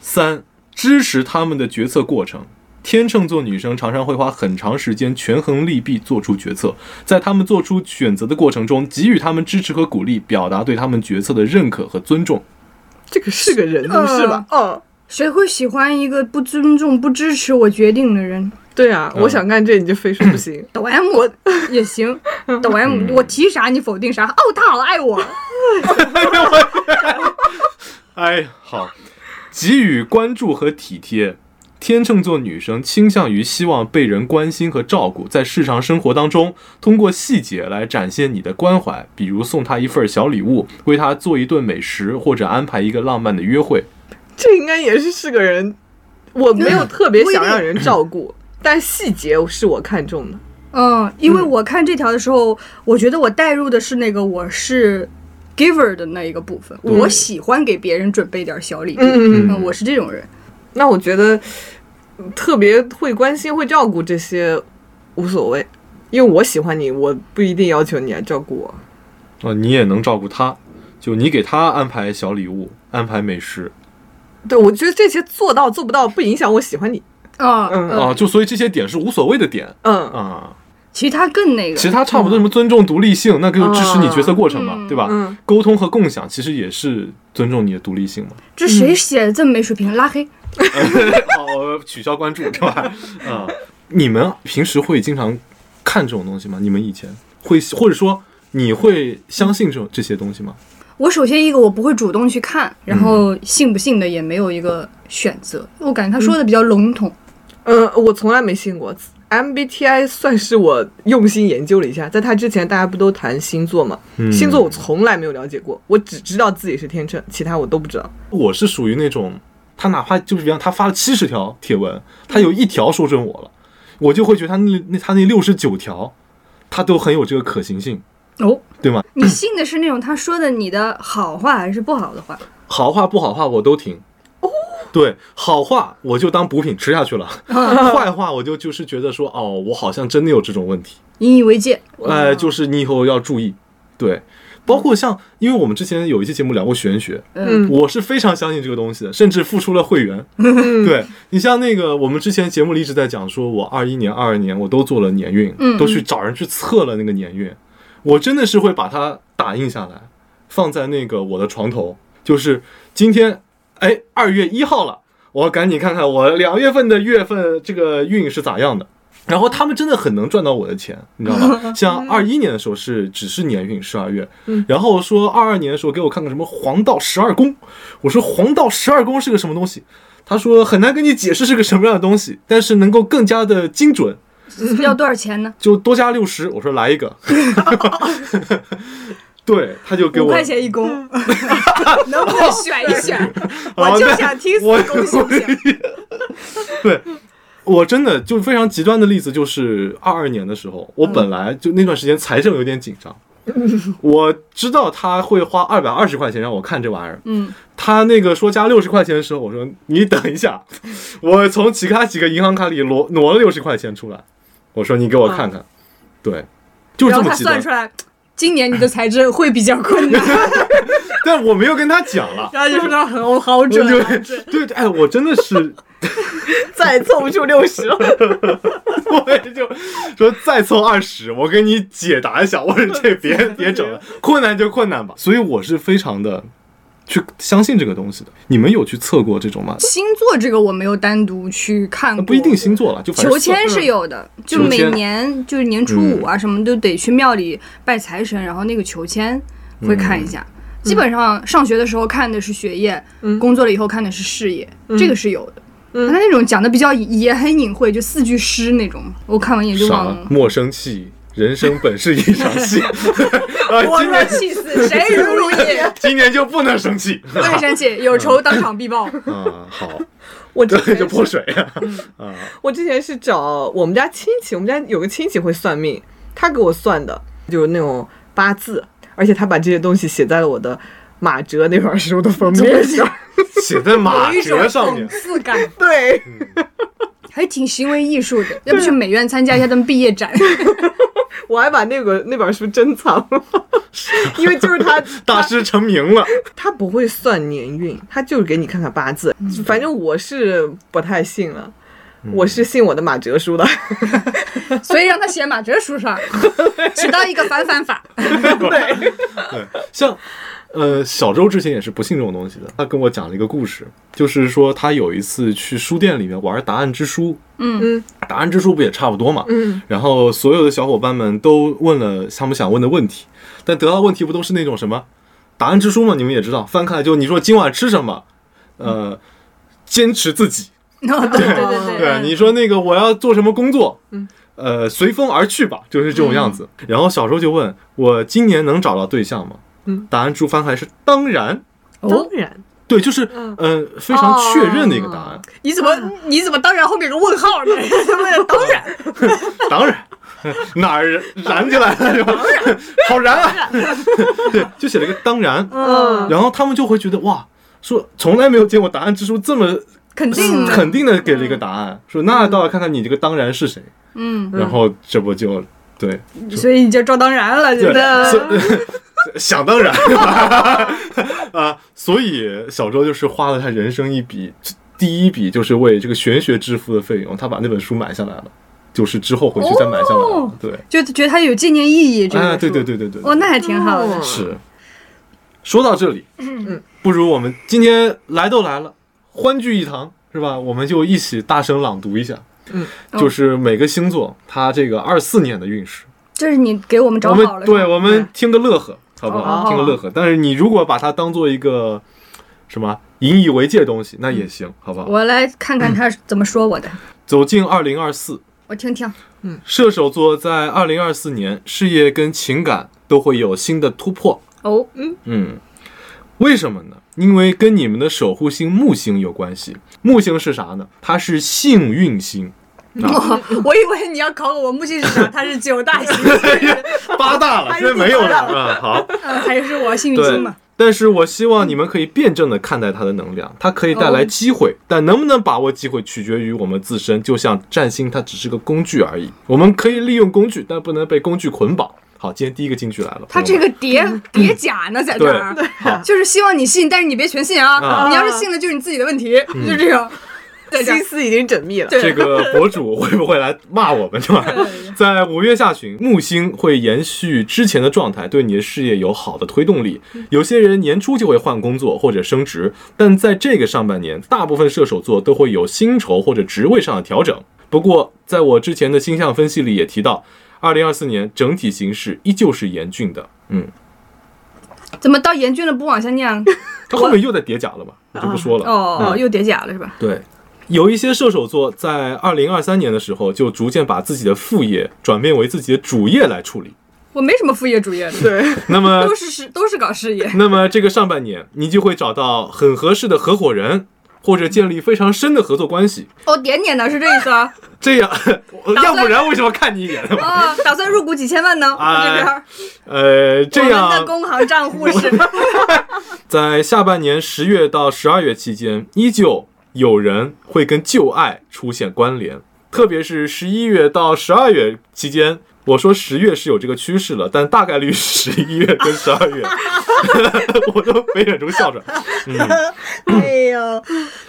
Speaker 1: 三支持他们的决策过程。天秤座女生常常会花很长时间权衡利弊做出决策，在她们做出选择的过程中，给予她们支持和鼓励，表达对她们决策的认可和尊重。
Speaker 3: 这个是个人物、
Speaker 2: 呃
Speaker 3: 是吧？哦，
Speaker 2: 谁会喜欢一个不尊重、不支持我决定的人？
Speaker 3: 对啊，
Speaker 1: 嗯
Speaker 3: 我想干这你就非说不行。
Speaker 2: 抖 M 我也行， 抖 M
Speaker 1: 嗯
Speaker 2: 我提啥你否定啥。哦，他好爱 我。
Speaker 1: 哎，好，给予关注和体贴。天秤座女生倾向于希望被人关心和照顾，在日常生活当中，通过细节来展现你的关怀，比如送她一份小礼物，为她做一顿美食，或者安排一个浪漫的约会。
Speaker 3: 这应该也是是个人，我没有特别
Speaker 2: 不一定
Speaker 3: 想让人照顾，但细节是我看重的。
Speaker 2: 嗯，因为我看这条的时候，我觉得我带入的是那个我是 giver 的那一个部分，
Speaker 1: 对
Speaker 2: 我喜欢给别人准备点小礼物，
Speaker 3: 嗯
Speaker 1: 嗯嗯
Speaker 2: 我是这种人。
Speaker 3: 那我觉得嗯特别会关心、会照顾这些无所谓，因为我喜欢你，我不一定要求你来照顾我。
Speaker 1: 啊，你也能照顾她，就你给她安排小礼物，安排美食
Speaker 3: 对，我觉得这些做到做不到不影响我喜欢你。
Speaker 2: 啊，
Speaker 3: 嗯
Speaker 1: 啊、就所以这些点是无所谓的点
Speaker 3: 嗯
Speaker 1: 啊。
Speaker 2: 其他更那个，
Speaker 1: 其他差不多什么尊重独立性，那就是支持你决策过程嘛，
Speaker 2: 嗯
Speaker 1: 对吧？
Speaker 3: 嗯
Speaker 1: 沟通和共享其实也是尊重你的独立 性嘛。
Speaker 2: 这谁写的这么没水平？拉黑。
Speaker 1: 哦，取消关注，对吧？啊，你们平时会经常看这种东西吗？你们以前会，或者说你会相信这种这些东西吗？
Speaker 2: 我首先一个我不会主动去
Speaker 1: 嗯
Speaker 2: 看，然后信不信的也没有一个选择。我感觉他说的比较笼统，
Speaker 3: 嗯，我从来没信过 MBTI，算是我用心研究了一下。在它之前，大家不都谈星座吗？
Speaker 1: 嗯
Speaker 3: 星座我从来没有了解过，我只知道自己是天秤，其他我都不知道。
Speaker 1: 我是属于那种，他哪怕就是比方他发了七十条帖文，他有一条说中我了，我就会觉得他那那他那六十九条，他都很有这个可行性，
Speaker 2: 哦，
Speaker 1: 对吗？
Speaker 2: 你信的是那种他说的你的好话还是不好的话？
Speaker 1: 好话不好话我都听。对，好话我就当补品吃下去了，坏话我就就是觉得说，哦，我好像真的有这种问题，
Speaker 2: 引以为戒。
Speaker 1: 呃，就是你以后要注意。对，包括像，因为我们之前有一期节目聊过玄学，
Speaker 2: 嗯
Speaker 1: 我是非常相信这个东西的，甚至付出了会员。对你像那个，我们之前节目里一直在讲，说我二一年、二二年我都做了年运，
Speaker 2: 嗯
Speaker 1: 都去找人去测了那个年运，我真的是会把它打印下来，放在那个我的床头，就是今天。哎，二月一号了，我赶紧看看我两月份的月份这个运是咋样的。然后他们真的很能赚到我的钱，你知道吗？像二一年的时候是只是年运十二月，然后说二二年的时候给我看看什么黄道十二宫，我说黄道十二宫是个什么东西？他说很难跟你解释是个什么样的东西，但是能够更加的精准，
Speaker 2: 要多少钱呢？
Speaker 1: 就多加六十。我说来一 个，对，他就给
Speaker 2: 五
Speaker 1: 我嗯
Speaker 2: 块钱一公， 能不能选一 选？
Speaker 1: 啊
Speaker 2: 我就
Speaker 1: 那
Speaker 2: 想听死
Speaker 1: 我
Speaker 2: 公行不行？
Speaker 1: 对，我真的就非常极端的例子，就是二二年的时候，
Speaker 2: 嗯
Speaker 1: 我本来就那段时间财政有点紧张， 我知道他会花二百二十块钱让我看这玩意儿，
Speaker 2: 嗯，
Speaker 1: 他那个说加六十块钱的时候，我说你等一下， 我从其他几个银行卡里挪挪了六十块钱出来，我说你给我看看，对，就是
Speaker 2: 嗯
Speaker 1: 这
Speaker 2: 然后
Speaker 1: 么
Speaker 2: 他
Speaker 1: 极端
Speaker 2: 算出，来，今年你的财政会比较困难，
Speaker 1: 但我没有跟他讲了。
Speaker 2: 然后 就说那很好
Speaker 1: 对
Speaker 2: 准，
Speaker 1: 对对，哎，我真的是
Speaker 3: 再也凑不出六十了。
Speaker 1: 我也就说再凑二十，我给你解答一下。我说这别别整 了，困难就困难吧。所以我是非常的去相信这个东西的。你们有去测过这种吗？
Speaker 2: 星座这个我没有单独去看过，
Speaker 1: 呃不一定。星座了，就反正
Speaker 2: 求签是有的，就
Speaker 1: 嗯求
Speaker 2: 每
Speaker 1: 签嗯
Speaker 2: 年就是年初五啊什么都得去庙里拜财神，然后那个求签会看一下。
Speaker 1: 嗯
Speaker 2: 基本上上学的时候看的是学业，工作了以后看的是事业，这个是有的。他那种讲的比较也很隐晦，就四句诗那种，我看完也就忘
Speaker 1: 啥
Speaker 2: 了。
Speaker 1: 莫嗯生气，人生本是一场 戏。啊，今年
Speaker 2: 气 死谁如如意，
Speaker 1: 今年就不能生 气
Speaker 2: 不能生气，有仇当场必报。
Speaker 1: 啊！好，
Speaker 3: 我之
Speaker 1: 对，
Speaker 3: 前
Speaker 1: 就泼
Speaker 3: 是
Speaker 1: 水啊！
Speaker 3: 我之前是找我们家亲戚，我们家有个亲戚会算命，他给我算的就是那种八字，而且他把这些东西写在了我的马哲那本书的封面 上。
Speaker 1: 写在马哲上面，
Speaker 2: 刺感，
Speaker 3: 对，
Speaker 2: 还挺行为艺术的。要不去美院参加一下他们毕业展？
Speaker 3: 我还把那个那本书珍藏 了，因为就是 他
Speaker 1: 大师成名了。
Speaker 3: 他不会算年运，他就是给你看看八字。反正我是不太信了，
Speaker 1: 嗯
Speaker 3: 我是信我的马哲书的。
Speaker 2: 所以让他写马哲书上，起到一个反反法。
Speaker 1: 对， 像呃小周之前也是不信这种东西的，他跟我讲了一个故事，就是说他有一次去书店里面玩答案之书，
Speaker 3: 嗯，
Speaker 1: 答案之书不也差不多嘛，
Speaker 3: 嗯，
Speaker 1: 然后所有的小伙伴们都问了他们想问的问题，但得到的问题不都是那种什么答案之书嘛？你们也知道，翻开来就你说今晚吃什么，呃，坚持自己，
Speaker 2: 哦，对对对
Speaker 1: 对，
Speaker 2: 嗯
Speaker 1: 你说那个我要做什么工作？嗯，呃，随风而去吧，就是这种样子。
Speaker 2: 嗯
Speaker 1: 然后小时候就问我今年能找到对象吗？
Speaker 3: 嗯，
Speaker 1: 答案朱翻开是当然，
Speaker 3: 当然，
Speaker 1: 对，就是嗯、呃非常确认的一个答案，
Speaker 2: 你怎么你怎么当然后面有个问号 呢？当然，哦
Speaker 1: 当然。 哪儿燃起来了是吧？好燃啊！对，就写了一个当然，
Speaker 3: 嗯，
Speaker 1: 然后他们就会觉得哇，说从来没有见过答案之书这么
Speaker 2: 肯定的。
Speaker 1: 肯定的给了一个答案，说那倒要看看你这个当然是谁，
Speaker 2: 嗯，
Speaker 1: 然后这不就对
Speaker 2: 所以你就照当然了，觉
Speaker 1: 对，
Speaker 2: 得
Speaker 1: 所 想当然啊，所以小周就是花了他人生一笔第一笔就是为这个玄学支付的费用，他把那本书买下来了，就是之后回去再买下来了，
Speaker 2: 哦
Speaker 1: 对，
Speaker 2: 就觉得它有纪念意义。这个
Speaker 1: 啊，对对
Speaker 2: 对，
Speaker 1: 对对对，
Speaker 2: 哦，那还挺好的。
Speaker 1: 是。说到这里，不如我们今天来都来了，欢聚一堂是吧？我们就一起大声朗读一下，
Speaker 3: 嗯，
Speaker 1: 就是每个星座它这个二四年的运势。
Speaker 2: 这是你给我们找
Speaker 1: 我
Speaker 2: 好
Speaker 1: 们
Speaker 2: 了，
Speaker 1: 对，我
Speaker 3: 对
Speaker 1: 们听个乐呵，好不好？
Speaker 3: 哦
Speaker 1: 听个乐呵。但是你如果把它当做一个什么引以为戒的东西，那也行，好不好？
Speaker 2: 我来看看他怎么说我的，
Speaker 1: 走进二零二四，
Speaker 2: 我听听。
Speaker 1: 射手座在二零二四年事业跟情感都会有新的突破。
Speaker 2: 哦，
Speaker 1: 嗯，为什么呢？因为跟你们的守护星木星有关系。木星是啥呢？它是幸运星。 啊，
Speaker 2: 我以为你要考我，木星是啥？他是九大行星，
Speaker 1: 八大了，现在没有了啊。好，
Speaker 2: 嗯还是我幸运星
Speaker 1: 对
Speaker 2: 嘛？。嗯
Speaker 1: 但是我希望你们可以辩证的看待它的能量，它可以带来机
Speaker 2: 哦
Speaker 1: 会，但能不能把握机会取决于我们自身。就像占星，它只是个工具而已，我们可以利用工具，但不能被工具捆绑。好，今天第一个金句来了，
Speaker 2: 他这个叠叠假呢，在这儿，
Speaker 1: 嗯对好
Speaker 2: 就是希望你信，但是你别全信啊！
Speaker 1: 啊嗯
Speaker 2: 你要是信了，就是你自己的问题，就这种。
Speaker 3: 对
Speaker 6: 这儿
Speaker 3: 心思已经缜密 了。
Speaker 6: 对
Speaker 1: 这个博主会不会来骂我们，对吧？在五月下旬，木星会延续之前的状态，对你的事业有好的推动力。有些人年初就会换工作或者升职，但在这个上半年，大部分射手座都会有薪酬或者职位上的调整。不过，在我之前的星象分析里也提到，二零二四年整体形势依旧是严峻的。嗯，
Speaker 2: 怎么到严峻了不往下酿？
Speaker 1: 它后面又在叠甲了吧？我就不说了。
Speaker 2: 哦，
Speaker 1: 嗯
Speaker 2: 又叠甲了是吧？
Speaker 1: 对，有一些射手座在二零二三年的时候，就逐渐把自己的副业转变为自己的主业来处理。
Speaker 2: 我没什么副业 主业的，
Speaker 3: 对，
Speaker 1: 那 么
Speaker 2: 都，是是都是搞事业。
Speaker 1: 那么这个上半年，你就会找到很合适的合伙人，或者建立非常深的合作关系。
Speaker 2: 哦，点点的是这意思啊？
Speaker 1: 这 样，我要不然为什么看你一眼呢？
Speaker 2: 啊，打算入股几千万呢？
Speaker 1: 哎
Speaker 2: 这边
Speaker 1: 呃，这
Speaker 2: 我们的
Speaker 1: 样，
Speaker 2: 工行账户 是
Speaker 1: 在下半年十月到十二月期间，依旧有人会跟旧爱出现关联，特别是十一月到十二月期间。我说十月是有这个趋势了，但大概率 十一月跟十二月， 我都没忍住笑出来。
Speaker 2: 哎呦，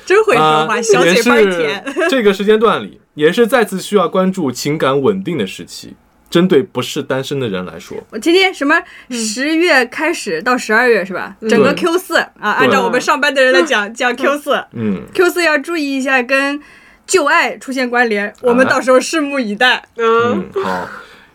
Speaker 2: 真会说话，
Speaker 1: 啊
Speaker 2: 小
Speaker 1: 也
Speaker 2: 嘴巴儿
Speaker 1: 是
Speaker 2: 甜。
Speaker 1: 这个时间段里，也是再次需要关注情感稳定的时期。针对不是单身的人来说，
Speaker 2: 我今天什么十月开始到十二月是吧？整个
Speaker 1: 对
Speaker 2: Q 四啊，按照我们上班的人来讲，讲 Q 四
Speaker 1: 嗯，
Speaker 2: ，Q 四要注意一下跟旧爱出现关联，我们
Speaker 1: 哎
Speaker 2: 到时候拭目以待。
Speaker 3: 嗯，
Speaker 1: 嗯，好，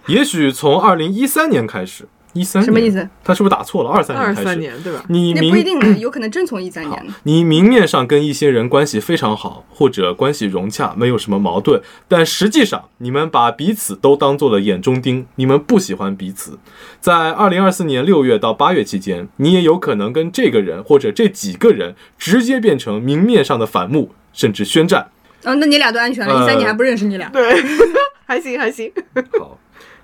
Speaker 1: 也许从二零一三年开始，一三
Speaker 2: 什么意思？
Speaker 1: 他是不是打错了？二三
Speaker 3: 二
Speaker 1: 年
Speaker 3: 十
Speaker 1: 嗯开
Speaker 3: 三
Speaker 1: 始，
Speaker 3: 年对吧？
Speaker 1: 你
Speaker 2: 那不一
Speaker 1: 明
Speaker 2: 定，有可能正从一三年呢。
Speaker 1: 你明面上跟一些人关系非常好，或者关系融洽，没有什么矛盾，但实际上你们把彼此都当做了眼中钉，你们不喜欢彼此。在二零二四年六月到八月期间，你也有可能跟这个人或者这几个人直接变成明面上的反目，甚至宣战。
Speaker 2: 啊，那你俩都安全了，
Speaker 1: 呃
Speaker 2: 一三年还不认识你俩。
Speaker 3: 对， 还行还行。
Speaker 1: 好，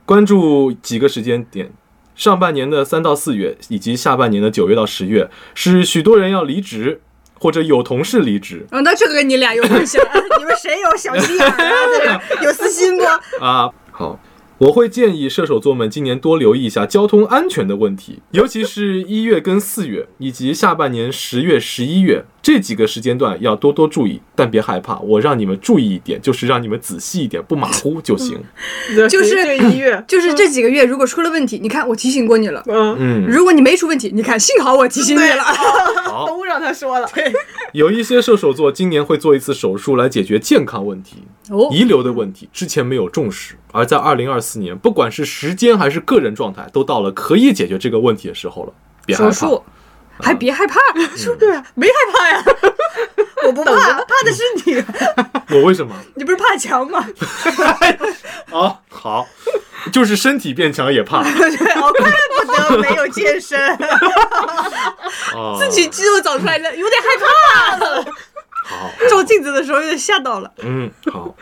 Speaker 1: 关注几个时间点。上半年的三到四月，以及下半年的九月到十月，是许多人要离职，或者有同事离职，
Speaker 2: 啊，那这个跟你俩有关 系了，啊你们谁有小心眼儿啊？在这儿有私心不？
Speaker 1: 啊，好，我会建议射手座们今年多留意一下交通安全的问题，尤其是一月跟四月，以及下半年十月、十一月这几个时间段要多多注意，但别害怕，我让你们注意一点，就是让你们仔细一点，不马虎就行。
Speaker 2: 就是
Speaker 3: 这一月，
Speaker 2: 就是这几个月如果出了问题，你看我提醒过你了。
Speaker 3: 嗯，
Speaker 1: 嗯，
Speaker 2: 如果你没出问题，你看幸好我提醒你了。
Speaker 1: 好，
Speaker 3: 都让他说了。
Speaker 1: 有一些射手座今年会做一次手术来解决健康问题。
Speaker 2: 哦
Speaker 1: 遗留的问题之前没有重视，而在二零二四年，不管是时间还是个人状态，都到了可以解决这个问题的时候了。别害
Speaker 2: 手
Speaker 1: 怕，嗯
Speaker 2: 术，还别害怕，
Speaker 3: 说对啊，没害怕呀，
Speaker 2: 我 不怕，怕的是 你，
Speaker 1: 我为什么？
Speaker 2: 你不是怕强吗？
Speaker 1: 哦，好， 就是身体变强也怕
Speaker 2: 我怪哦不得没有健身，
Speaker 1: 啊，
Speaker 2: 自己肌肉长出来了，有点害怕。
Speaker 1: 好，
Speaker 2: 照镜子的时候有点吓到了。
Speaker 1: 嗯，好。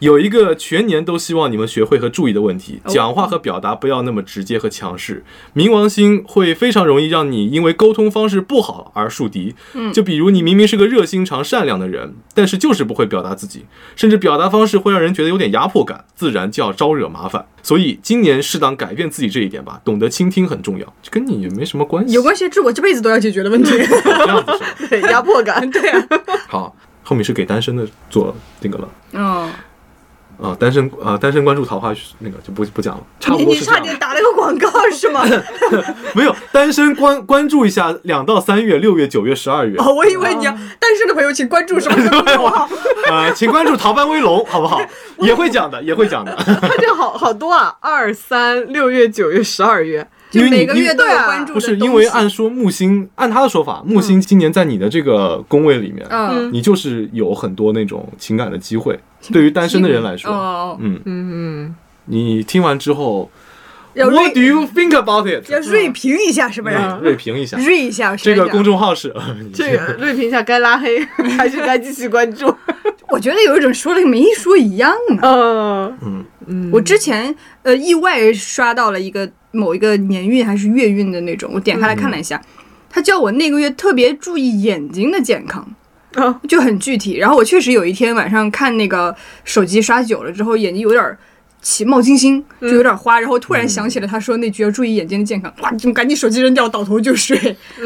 Speaker 1: 有一个全年都希望你们学会和注意的问题：讲话和表达不要那么直接和强势。冥王星会非常容易让你因为沟通方式不好而树敌。嗯，就比如你明明是个热心肠、善良的人，但是就是不会表达自己，甚至表达方式会让人觉得有点压迫感，自然就要招惹麻烦。所以今年适当改变自己这一点吧，懂得倾听很重要，这跟你也没什么关系。
Speaker 2: 有关系，这是我这辈子都要解决的问题。
Speaker 1: 这样子是吧？
Speaker 3: 对 压迫感。
Speaker 2: 对啊，
Speaker 1: 好，后面是给单身的做那个了。
Speaker 2: 嗯，
Speaker 1: 啊，单身啊，单身关注桃花那个就不不讲了，差不
Speaker 2: 你
Speaker 1: 多
Speaker 2: 你
Speaker 1: 是这
Speaker 2: 差
Speaker 1: 样
Speaker 2: 点
Speaker 1: 的。
Speaker 2: 打了个广告是 吗？
Speaker 1: 没有单身关关注一下，两到三月、六月、九月、十二月，
Speaker 2: 哦，我以为你要
Speaker 3: 嗯
Speaker 2: 单身的朋友，请关注什么什么公众号。
Speaker 1: 呃，请关注桃班威龙，好不好？也会讲的，也会讲的。
Speaker 3: 他这好好多啊，二三六月九月十二月，
Speaker 2: 就
Speaker 1: 因为你
Speaker 2: 每个月都有
Speaker 3: 对啊
Speaker 2: 关注的
Speaker 1: 不是
Speaker 2: 东
Speaker 1: 因为
Speaker 2: 西
Speaker 1: 按说木星，按他的说法，木星今年在你的这个宫位里面，
Speaker 2: 嗯，
Speaker 1: 你就是有很多那种情感的机会。对于单身的人来说，
Speaker 2: 哦，
Speaker 1: 嗯，
Speaker 3: 嗯，
Speaker 1: 你听完之后
Speaker 2: 要
Speaker 1: ，What do
Speaker 2: 锐
Speaker 1: you think about it？
Speaker 2: 要锐评一下，是不是？
Speaker 1: 嗯锐评一下
Speaker 2: 锐一下，
Speaker 1: 这个
Speaker 2: 公
Speaker 1: 公
Speaker 2: 众，
Speaker 1: 众号是
Speaker 3: 这个锐评一下该拉黑 还是该继续关 注？
Speaker 2: 我觉得有一种说了没说一样啊。
Speaker 3: 嗯
Speaker 2: 我之前呃意外刷到了一个某一个年运还是月运的那种，我点开来看了一下，
Speaker 1: 嗯
Speaker 2: 他叫我那个月特别注意眼睛的健康。
Speaker 3: 啊
Speaker 2: 就很具体。然后我确实有一天晚上看那个手机刷久了之后，眼睛有点儿起冒金星，就有点花。然后突然想起了他说那句要注意眼睛的健康，哇，就赶紧手机扔掉，倒头就睡。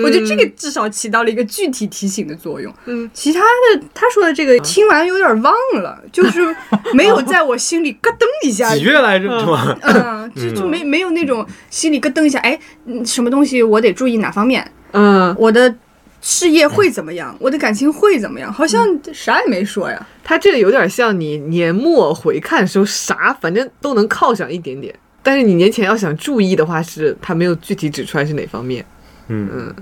Speaker 2: 我觉得这个至少起到了一个具体提醒的作用。
Speaker 3: 嗯，
Speaker 2: 其他的他说的这个听完有点忘了，就是没有在我心里咯噔一下。
Speaker 1: 几月来着？是吧？
Speaker 2: 嗯，就就没没有那种心里咯噔一下，哎，嗯什么东西我得注意哪方面？
Speaker 3: 嗯，
Speaker 2: 我的事业会怎么
Speaker 1: 嗯
Speaker 2: 样？我的感情会怎么样？好像啥也没说呀。
Speaker 3: 他这个有点像你年末回看的时候，啥反正都能靠上一点点。但是你年前要想注意的话是，他没有具体指出来是哪方面。
Speaker 1: 嗯，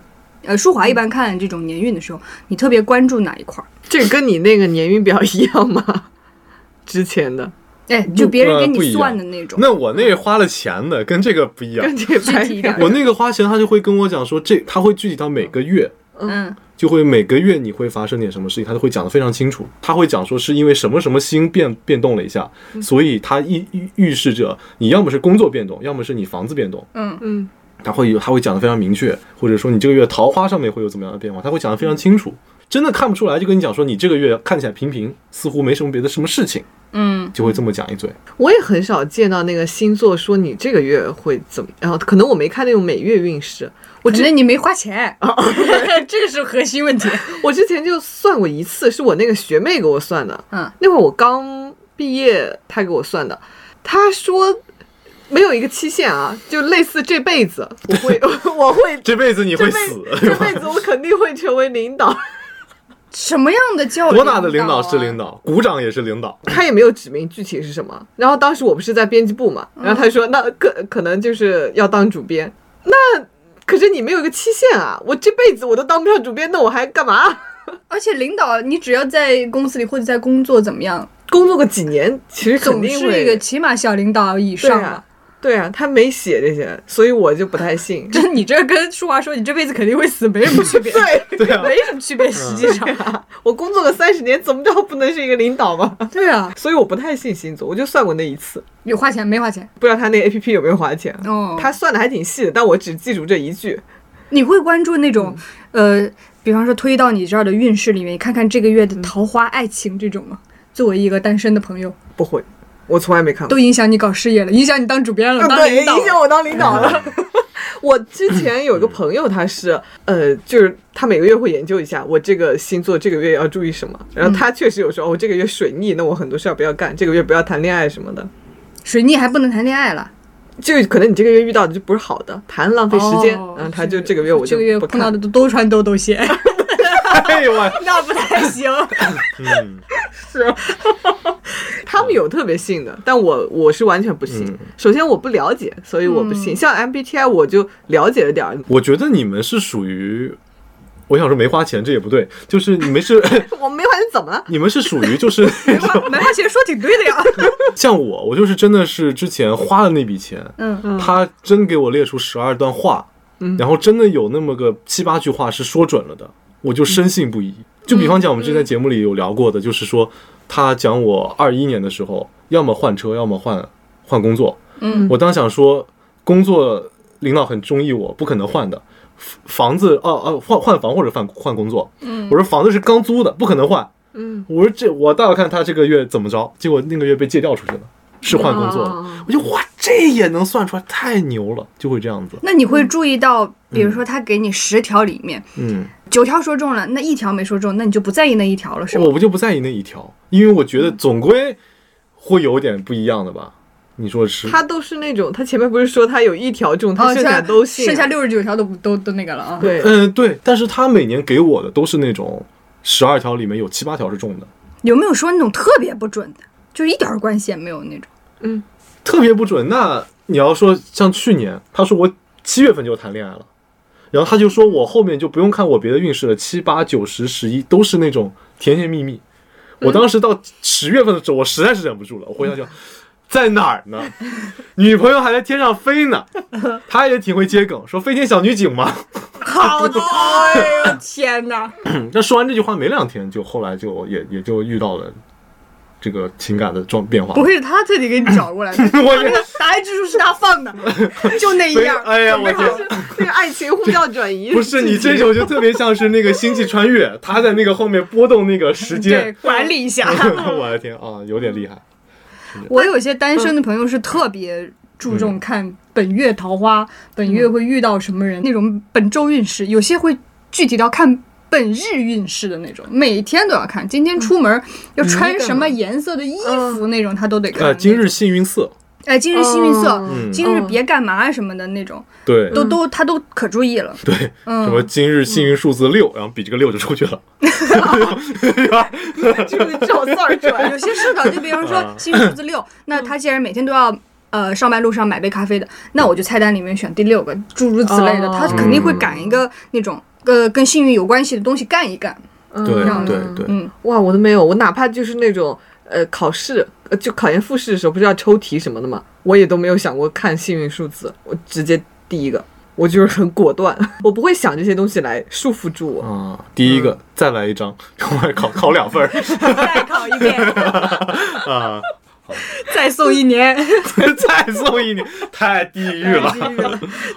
Speaker 2: 呃，舒华一般看这种年运的时候，你特别关注哪一块儿？
Speaker 3: 这个跟你那个年运表一样吗？ 之前的
Speaker 2: 哎，就别人
Speaker 1: 呃
Speaker 2: 给
Speaker 1: 不
Speaker 2: 你
Speaker 1: 一
Speaker 2: 算
Speaker 1: 样
Speaker 2: 的那种。
Speaker 1: 那我那花了钱的跟这个不一样
Speaker 3: 跟。这个白
Speaker 2: 具体一 点
Speaker 1: 我那个花钱，他就会跟我讲说，这他会具体到每个月，
Speaker 2: 嗯
Speaker 1: 就会每个月你会发生点什么事情，他都会讲得非常清楚。他会讲说是因为什么什么星变变动了一下，所以它预预预示着你要么是工作变动，要么是你房子变动。
Speaker 2: 嗯
Speaker 3: 嗯
Speaker 1: 他会有他会讲得非常明确，或者说你这个月桃花上面会有怎么样的变化，他会讲得非常清楚。真的看不出来，就跟你讲说你这个月看起来平平，似乎没什么别的什么事情，
Speaker 2: 嗯，
Speaker 1: 就会这么讲一嘴。
Speaker 3: 我也很少见到那个星座说你这个月会怎么样，可能我没看那种每月运势。
Speaker 2: 我觉得你没 花钱，
Speaker 1: 哦
Speaker 2: 这个是核心问题。
Speaker 3: 我之前就算过一次，是我那个学妹给我算的。
Speaker 2: 嗯，
Speaker 3: 那会儿我刚毕业，她给我算的。她说没有一个期限啊，就类似这辈子我会我会
Speaker 1: 这辈子你
Speaker 3: 这
Speaker 1: 会
Speaker 3: 辈
Speaker 1: 死，
Speaker 3: 这辈子我肯定会成为领导。
Speaker 2: 什么样的 叫
Speaker 1: 多大的领导啊
Speaker 2: 导啊
Speaker 1: 是领
Speaker 2: 导？
Speaker 1: 导，鼓掌也是领 导。
Speaker 3: 她也没有指明具体是什么。然后当时我不是在编辑部嘛，然后她说那可可能就是要当主编。那可是你没有一个期限啊，我这辈子我都当不上主编，那我还干嘛？啊
Speaker 2: 而且领导，你只要在公司里或者在工作怎么样，
Speaker 3: 工作个几年，其实肯
Speaker 2: 总
Speaker 3: 定
Speaker 2: 是
Speaker 3: 会
Speaker 2: 一个起码小领导以
Speaker 3: 对
Speaker 2: 上
Speaker 3: 啊
Speaker 2: 了。。
Speaker 3: 对啊，他没写这些，所以我就不太信。
Speaker 2: 这你这跟舒华说你这辈子肯定会死没什么区别，
Speaker 3: 对，
Speaker 1: 对啊，
Speaker 2: 没什么区别，实 际上。
Speaker 3: 我工作个三十年，怎么着不能是一个领导吗？
Speaker 2: 对啊，
Speaker 3: 所以我不太信星座，我就算过那一次，
Speaker 2: 有花钱没花钱？
Speaker 3: 不知道他那个 A P P 有没有花钱。啊
Speaker 2: 哦
Speaker 3: 他算的还挺细的，但我只记住这一句。
Speaker 2: 你会关注那种、呃，比方说推到你这儿的运势里面，看看这个月的桃花、爱情这种吗？作为一个单身的朋友，
Speaker 3: 不会，我从来没看过。
Speaker 2: 都影响你搞事业了，影响你当主编了，
Speaker 3: 嗯
Speaker 2: 当
Speaker 3: 对，
Speaker 2: 领导
Speaker 3: 影响
Speaker 2: 了。
Speaker 3: 我当领 导了。 我之前有一个朋友，他是
Speaker 2: 嗯
Speaker 3: 呃，就是他每个月会研究一下我这个星座这个月要注意什么，
Speaker 2: 嗯
Speaker 3: 然后他确实有时候、哦，我这个月水逆，那我很多事儿不要干，这个月不要谈恋爱什么的。
Speaker 2: 水逆还不能谈恋爱了，
Speaker 3: 就可能你这个月遇到的就不是好的，谈浪费时间，
Speaker 2: 哦
Speaker 3: 然后他就这个月我
Speaker 2: 这
Speaker 3: 就
Speaker 2: 个月
Speaker 3: 不
Speaker 2: 碰到
Speaker 3: 看。
Speaker 2: 的都都穿兜兜 鞋，
Speaker 1: 哎呦我，
Speaker 2: 那不太行。
Speaker 1: 嗯，
Speaker 3: 他们有特别信的，但我我是完全不信。
Speaker 1: 嗯
Speaker 3: 首先我不了解，所以我不
Speaker 2: 嗯
Speaker 3: 信。像 MBTI 我就了解了点儿，
Speaker 1: 我觉得你们是属于，我想说没花钱这也不对，就是你们是。
Speaker 3: 我没发现怎么了
Speaker 1: 你们是属于 就是那种
Speaker 2: 没花钱说挺对的呀。
Speaker 1: 像我，我就是真的是之前花了那笔钱，
Speaker 2: 嗯，
Speaker 1: 他真给我列出十二段话，然后真的有那么个七八句话是说准了的，我就深信不疑。就比方讲，我们之前在节目里有聊过的，就是说他讲我二一年的时候，要么换车，要么换换工作。
Speaker 2: 嗯，
Speaker 1: 我当时想说，工作领导很中意我，不可能换的。房子哦哦，换换房或者换换工作。嗯，我说房子是刚租的，不可能换。
Speaker 3: 嗯，
Speaker 1: 我说这我倒要看他这个月怎么着，结果那个月被借调出去了，是换 工作了。
Speaker 3: 哦
Speaker 1: 我就哇，这也能算出来，太牛了，就会这样子。
Speaker 2: 那你会注意到，比如说他给你十条里面
Speaker 1: 嗯，
Speaker 2: 九条说中了，那一条没说中，那你就不在意那一条了，是吗？嗯
Speaker 1: 我不就不在意那一条，因为我觉得总归会有点不一样的吧。你说是？
Speaker 3: 他都是那种，他前面不是说他有一条中，他
Speaker 2: 哦，
Speaker 3: 剩下都信啊，
Speaker 2: 剩下六十九条都不都都那个了啊。
Speaker 3: 对，
Speaker 1: 嗯、对。但是他每年给我的都是那种十二条里面有七八条是中的，
Speaker 2: 有没有说那种特别不准的，就是一点儿关系也没有那种？
Speaker 1: 特别不准。那你要说像去年，他说我七月份就谈恋爱了，然后他就说我后面就不用看我别的运势了，七八九十十一都是那种甜甜蜜蜜。我当时到十月份的时候，我实在是忍不住了，我回家就。在哪儿呢？女朋友还在天上飞呢，他也挺会接梗，说飞天小女警嘛。
Speaker 2: 好多，哎呦天哪！
Speaker 1: 那说完这句话没两天，就后来就也也就遇到了这个情感的状变化。
Speaker 2: 不会是他特地给你找过来的，
Speaker 1: 我
Speaker 2: 那个答案之书是他放的，就那
Speaker 1: 所以
Speaker 2: 样。
Speaker 1: 哎呀，我
Speaker 3: 那
Speaker 1: 觉 得
Speaker 3: 个那个爱情呼叫转移，
Speaker 1: 不是你这种就特别像是那个星际穿越，他在那个后面波动那个时
Speaker 2: 对
Speaker 1: 间，。
Speaker 2: 管理一下。
Speaker 1: 我的天啊，有点厉害。
Speaker 2: 我有一些单身的朋友是特别注重看本月桃花，本月会遇到什么人，那种本周运势，有些会具体到看。本日运势的那种，每天都要看。今天出门要穿什么颜色的衣服，那种他都得看。
Speaker 1: 呃，今日幸运色，
Speaker 2: 哎，今日幸运色，
Speaker 3: 哦
Speaker 1: 嗯
Speaker 2: 今日别干嘛什么的那种，
Speaker 1: 对，
Speaker 2: 都都他都可注意了。
Speaker 1: 对，什么今日幸运数字六，然后比这个六就出去了。啊
Speaker 3: 就是照字儿
Speaker 2: 对，有些社团 就比方
Speaker 1: 嗯
Speaker 2: 说幸运数字六，那他既然每天都要呃上班路上买杯咖啡的，那我就菜单里面选第六个，诸如此类的，
Speaker 3: 哦
Speaker 2: 他肯定会赶一
Speaker 1: 嗯
Speaker 2: 个那种呃跟幸运有关系的东西干一干。
Speaker 1: 对
Speaker 2: 嗯
Speaker 1: 对对，
Speaker 2: 嗯，
Speaker 3: 哇，我都没有，我哪怕就是那种呃考试，呃就考研复试的时候，不是要抽题什么的嘛，我也都没有想过看幸运数字，我直接第一个，我就是很果断， 我不会想这些东西来束缚住 我。
Speaker 1: 啊，第一个再来一张，我还考考两份儿
Speaker 2: 再考一遍，
Speaker 1: 啊，
Speaker 2: 再送一年，
Speaker 1: 再送一年，太地狱了。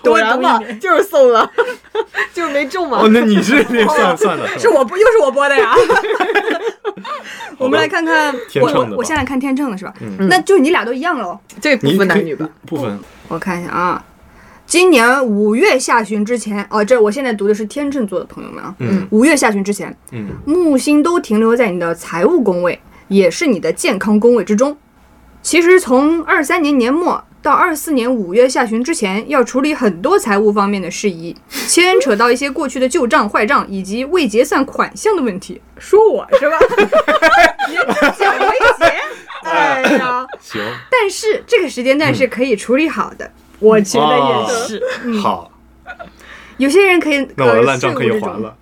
Speaker 3: 果然嘛， 就是送了，就是没中嘛。
Speaker 1: 哦，那你是那算算的
Speaker 2: 是
Speaker 1: 吧？
Speaker 2: 我播，又是我播的 呀。我们来看看，
Speaker 1: 天秤的
Speaker 2: 我
Speaker 1: 吧嗯
Speaker 2: 我先来看天秤的是吧？那就你俩都一样哦喽。
Speaker 3: 这不
Speaker 1: 你
Speaker 3: 分
Speaker 1: 可
Speaker 3: 男
Speaker 1: 以
Speaker 3: 女吧？
Speaker 1: 不分，
Speaker 2: 我看一下啊，今年五月下旬之前，哦，这我现在读的是天秤座的朋友们啊，
Speaker 1: 嗯
Speaker 2: 五月下旬之前，
Speaker 1: 嗯，
Speaker 2: 木星都停留在你的财务宫位，也是你的健康宫位之中。其实从二三年年末到二四年五月下旬之前，要处理很多财务方面的 事宜，牵扯到一些过去的旧账、坏账以及未结算款项的问 题。说我是吧？别讲没结，哎呀。
Speaker 1: 行，
Speaker 2: 但是这个时
Speaker 1: 嗯
Speaker 2: 间段是可以处理好的，我觉得也是。
Speaker 1: 是啊好，
Speaker 2: 有些人可以，
Speaker 1: 那我的
Speaker 2: 呃
Speaker 1: 烂账可以
Speaker 2: 税务这
Speaker 1: 还
Speaker 2: 种
Speaker 1: 了，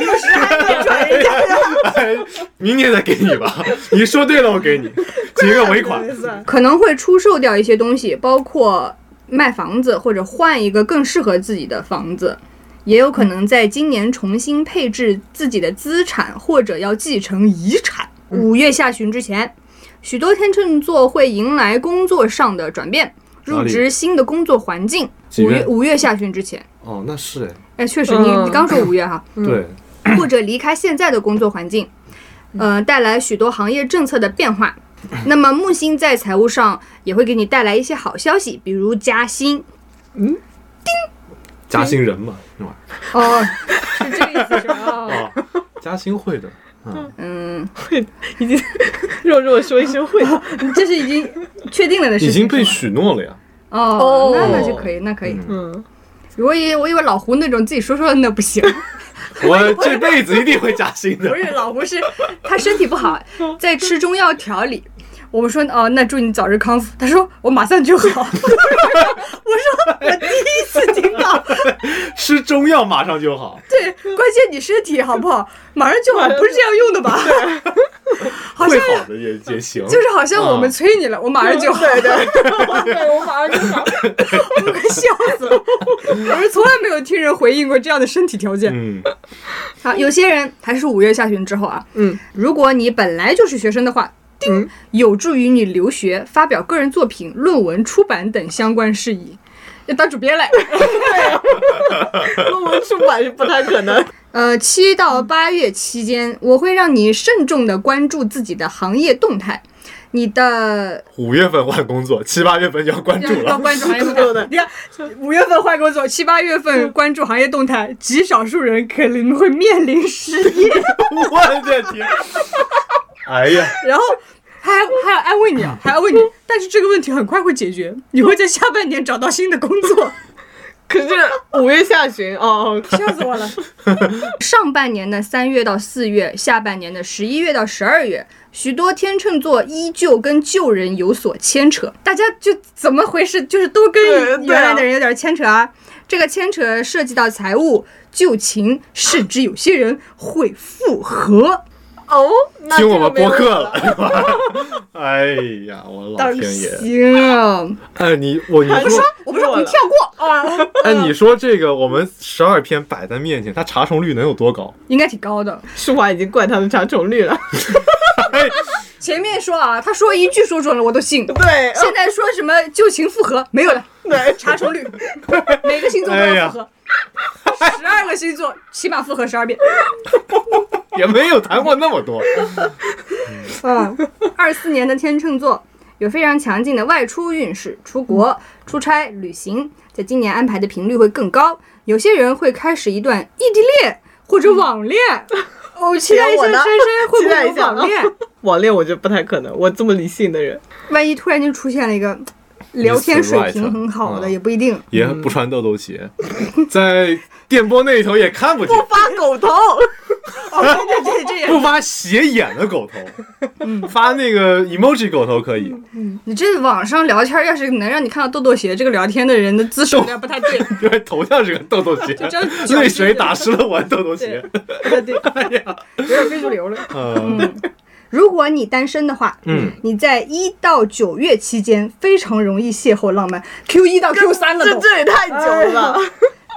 Speaker 2: 六十还没转人家的，
Speaker 1: 哎明年再给你吧。你说对了，我给你结个尾款。
Speaker 2: 可能会出售掉一些东西，包括卖房子或者换一个更适合自己的房子，也有可能在今年重新配置自己的资产，或者要继承遗产。五月下旬之前，许多天秤座会迎来工作上的转变，
Speaker 1: 哪
Speaker 2: 入
Speaker 1: 里
Speaker 2: 职新的工作环境。
Speaker 1: 几
Speaker 2: 五
Speaker 1: 月
Speaker 2: 月五月下旬之前，
Speaker 1: 哦，那是哎，
Speaker 2: 哎，确实，你你刚说五月哈，
Speaker 1: 对，
Speaker 2: 或者离开现在的工作环境，呃，带来许多行业政策的变化。那么木星在财务上也会给你带来一些好消息，比如加薪。
Speaker 1: 嘉兴人嘛，那玩意
Speaker 2: 哦， 是这个意思是吧？
Speaker 1: 儿啊，嘉兴会的，嗯，
Speaker 2: 嗯，
Speaker 3: 肉肉说一 声会，
Speaker 2: 这是已经确定了的事情，
Speaker 1: 已经被
Speaker 2: 是吗
Speaker 1: 许诺了呀。
Speaker 2: 哦，那那就可以，那可以。
Speaker 3: 嗯，
Speaker 2: 如果以我以为老胡那种自己说说的那不行，
Speaker 1: 我这辈子一定会加薪
Speaker 2: 不
Speaker 1: 的。
Speaker 2: 是老胡是他身体不 好，在吃中药调理。我们说哦，那祝你早日康复。他说我马上就好。 我说我第一次听到，
Speaker 1: 吃中药马上就好，
Speaker 2: 对， 关键你身体好不好，马上就好，不是这样用的吧？好
Speaker 1: 会
Speaker 2: 像
Speaker 1: 好的也也行。
Speaker 2: 就是好像我们
Speaker 1: 嗯
Speaker 2: 催你了，我马上就好，
Speaker 3: 对对，对我马上就好。
Speaker 2: 我快笑死了。我是从来没有听人回应过这样的身体条件。
Speaker 1: 嗯，
Speaker 2: 好，有些人还是五月下旬之后啊，
Speaker 3: 嗯，
Speaker 2: 如果你本来就是学生的话，叮，
Speaker 3: 嗯
Speaker 2: 有助于你留学、发表个人作品、论文出版等相关事宜。要当主编嘞。
Speaker 3: 论文出版是不太可能。
Speaker 2: 呃，七到八月期间，我会让你慎重的关注自己的行业动态，你的
Speaker 1: 五月份换工作，七八月份就要关注
Speaker 2: 要
Speaker 1: 了。
Speaker 2: 关注行业动
Speaker 3: 对对
Speaker 2: 态。你看，五月份换工作，七八月份关注行业动态，极少数人可能会面临失 业。
Speaker 1: 我的天！哎呀，
Speaker 2: 然后还还要安慰你啊，还要问你，但是这个问题很快会解决，你会在下半年找到新的工作。
Speaker 3: 可是五月下旬哦，
Speaker 2: 笑死我了！上半年的三月到四月，下半年的十一月到十二月，许多天秤座依旧跟旧人有所牵扯。大家就怎么回事？就是都跟
Speaker 3: 对对啊
Speaker 2: 原来的人有点牵扯啊。这个牵扯涉及到财务、旧情，甚至有些人会复合。
Speaker 3: 哦，那
Speaker 1: 听我
Speaker 3: 这个
Speaker 1: 们
Speaker 3: 没
Speaker 1: 播
Speaker 3: 问
Speaker 1: 客了。
Speaker 3: 题
Speaker 1: 是吧 哎呀，我老
Speaker 2: 当
Speaker 1: 天爷！
Speaker 2: 心啊！
Speaker 1: 哎，你我你说，
Speaker 2: 我不说，我们跳过，
Speaker 3: 啊
Speaker 1: 哎，你说这个，我们十二篇摆在面前，它查重率能有多高？
Speaker 2: 应该挺高的。
Speaker 3: 舒华已经怪他们查重率了。
Speaker 1: 哎，
Speaker 2: 前面说啊，他说一句说准了，我都信。
Speaker 3: 对 哦
Speaker 2: 现在说什么旧情复合没有了，
Speaker 3: 对，
Speaker 2: 查重率，每个星座
Speaker 3: 哎
Speaker 2: 都
Speaker 1: 哎
Speaker 2: 要复合，十二、个星座起码复合十二遍。
Speaker 1: 也没有谈过那么多。
Speaker 2: 嗯，二四年的天秤座有非常强劲的外出运势，出国、出差、旅行，在今年安排的频率会更高。有些人会开始一段异地恋或者网恋。哦，期待一下
Speaker 3: 我
Speaker 2: 深
Speaker 3: 呢
Speaker 2: 深会
Speaker 3: 嗯期
Speaker 2: 不
Speaker 3: 待
Speaker 2: 会
Speaker 3: 一
Speaker 2: 有
Speaker 3: 下啊
Speaker 2: 网恋？
Speaker 3: 网恋我觉得不太可能，我这么理性的人，
Speaker 2: 万一突然就出现了一个聊天水平很好的，
Speaker 1: 嗯
Speaker 2: 也不一定。
Speaker 1: 也不穿豆豆鞋，在电波那一头也看不见，
Speaker 3: 发狗 头，
Speaker 2: 哦对对对，
Speaker 1: 不发斜眼的狗头，发那个 emoji 狗头可以，
Speaker 2: 你这网上聊天，要是能让你看到豆豆鞋这个聊天的人的姿势有点不太对。
Speaker 1: 因为头像是个豆豆鞋
Speaker 2: 就这样，
Speaker 1: 泪水打湿了我的豆豆鞋。
Speaker 2: 对对，有点非主流了。
Speaker 1: 嗯
Speaker 2: 如果你单身的话，
Speaker 1: 嗯，
Speaker 2: 你在一到九月期间非常容易邂逅浪漫，Q 一到 Q 三了
Speaker 3: 这
Speaker 2: 都。
Speaker 3: 这也太久了。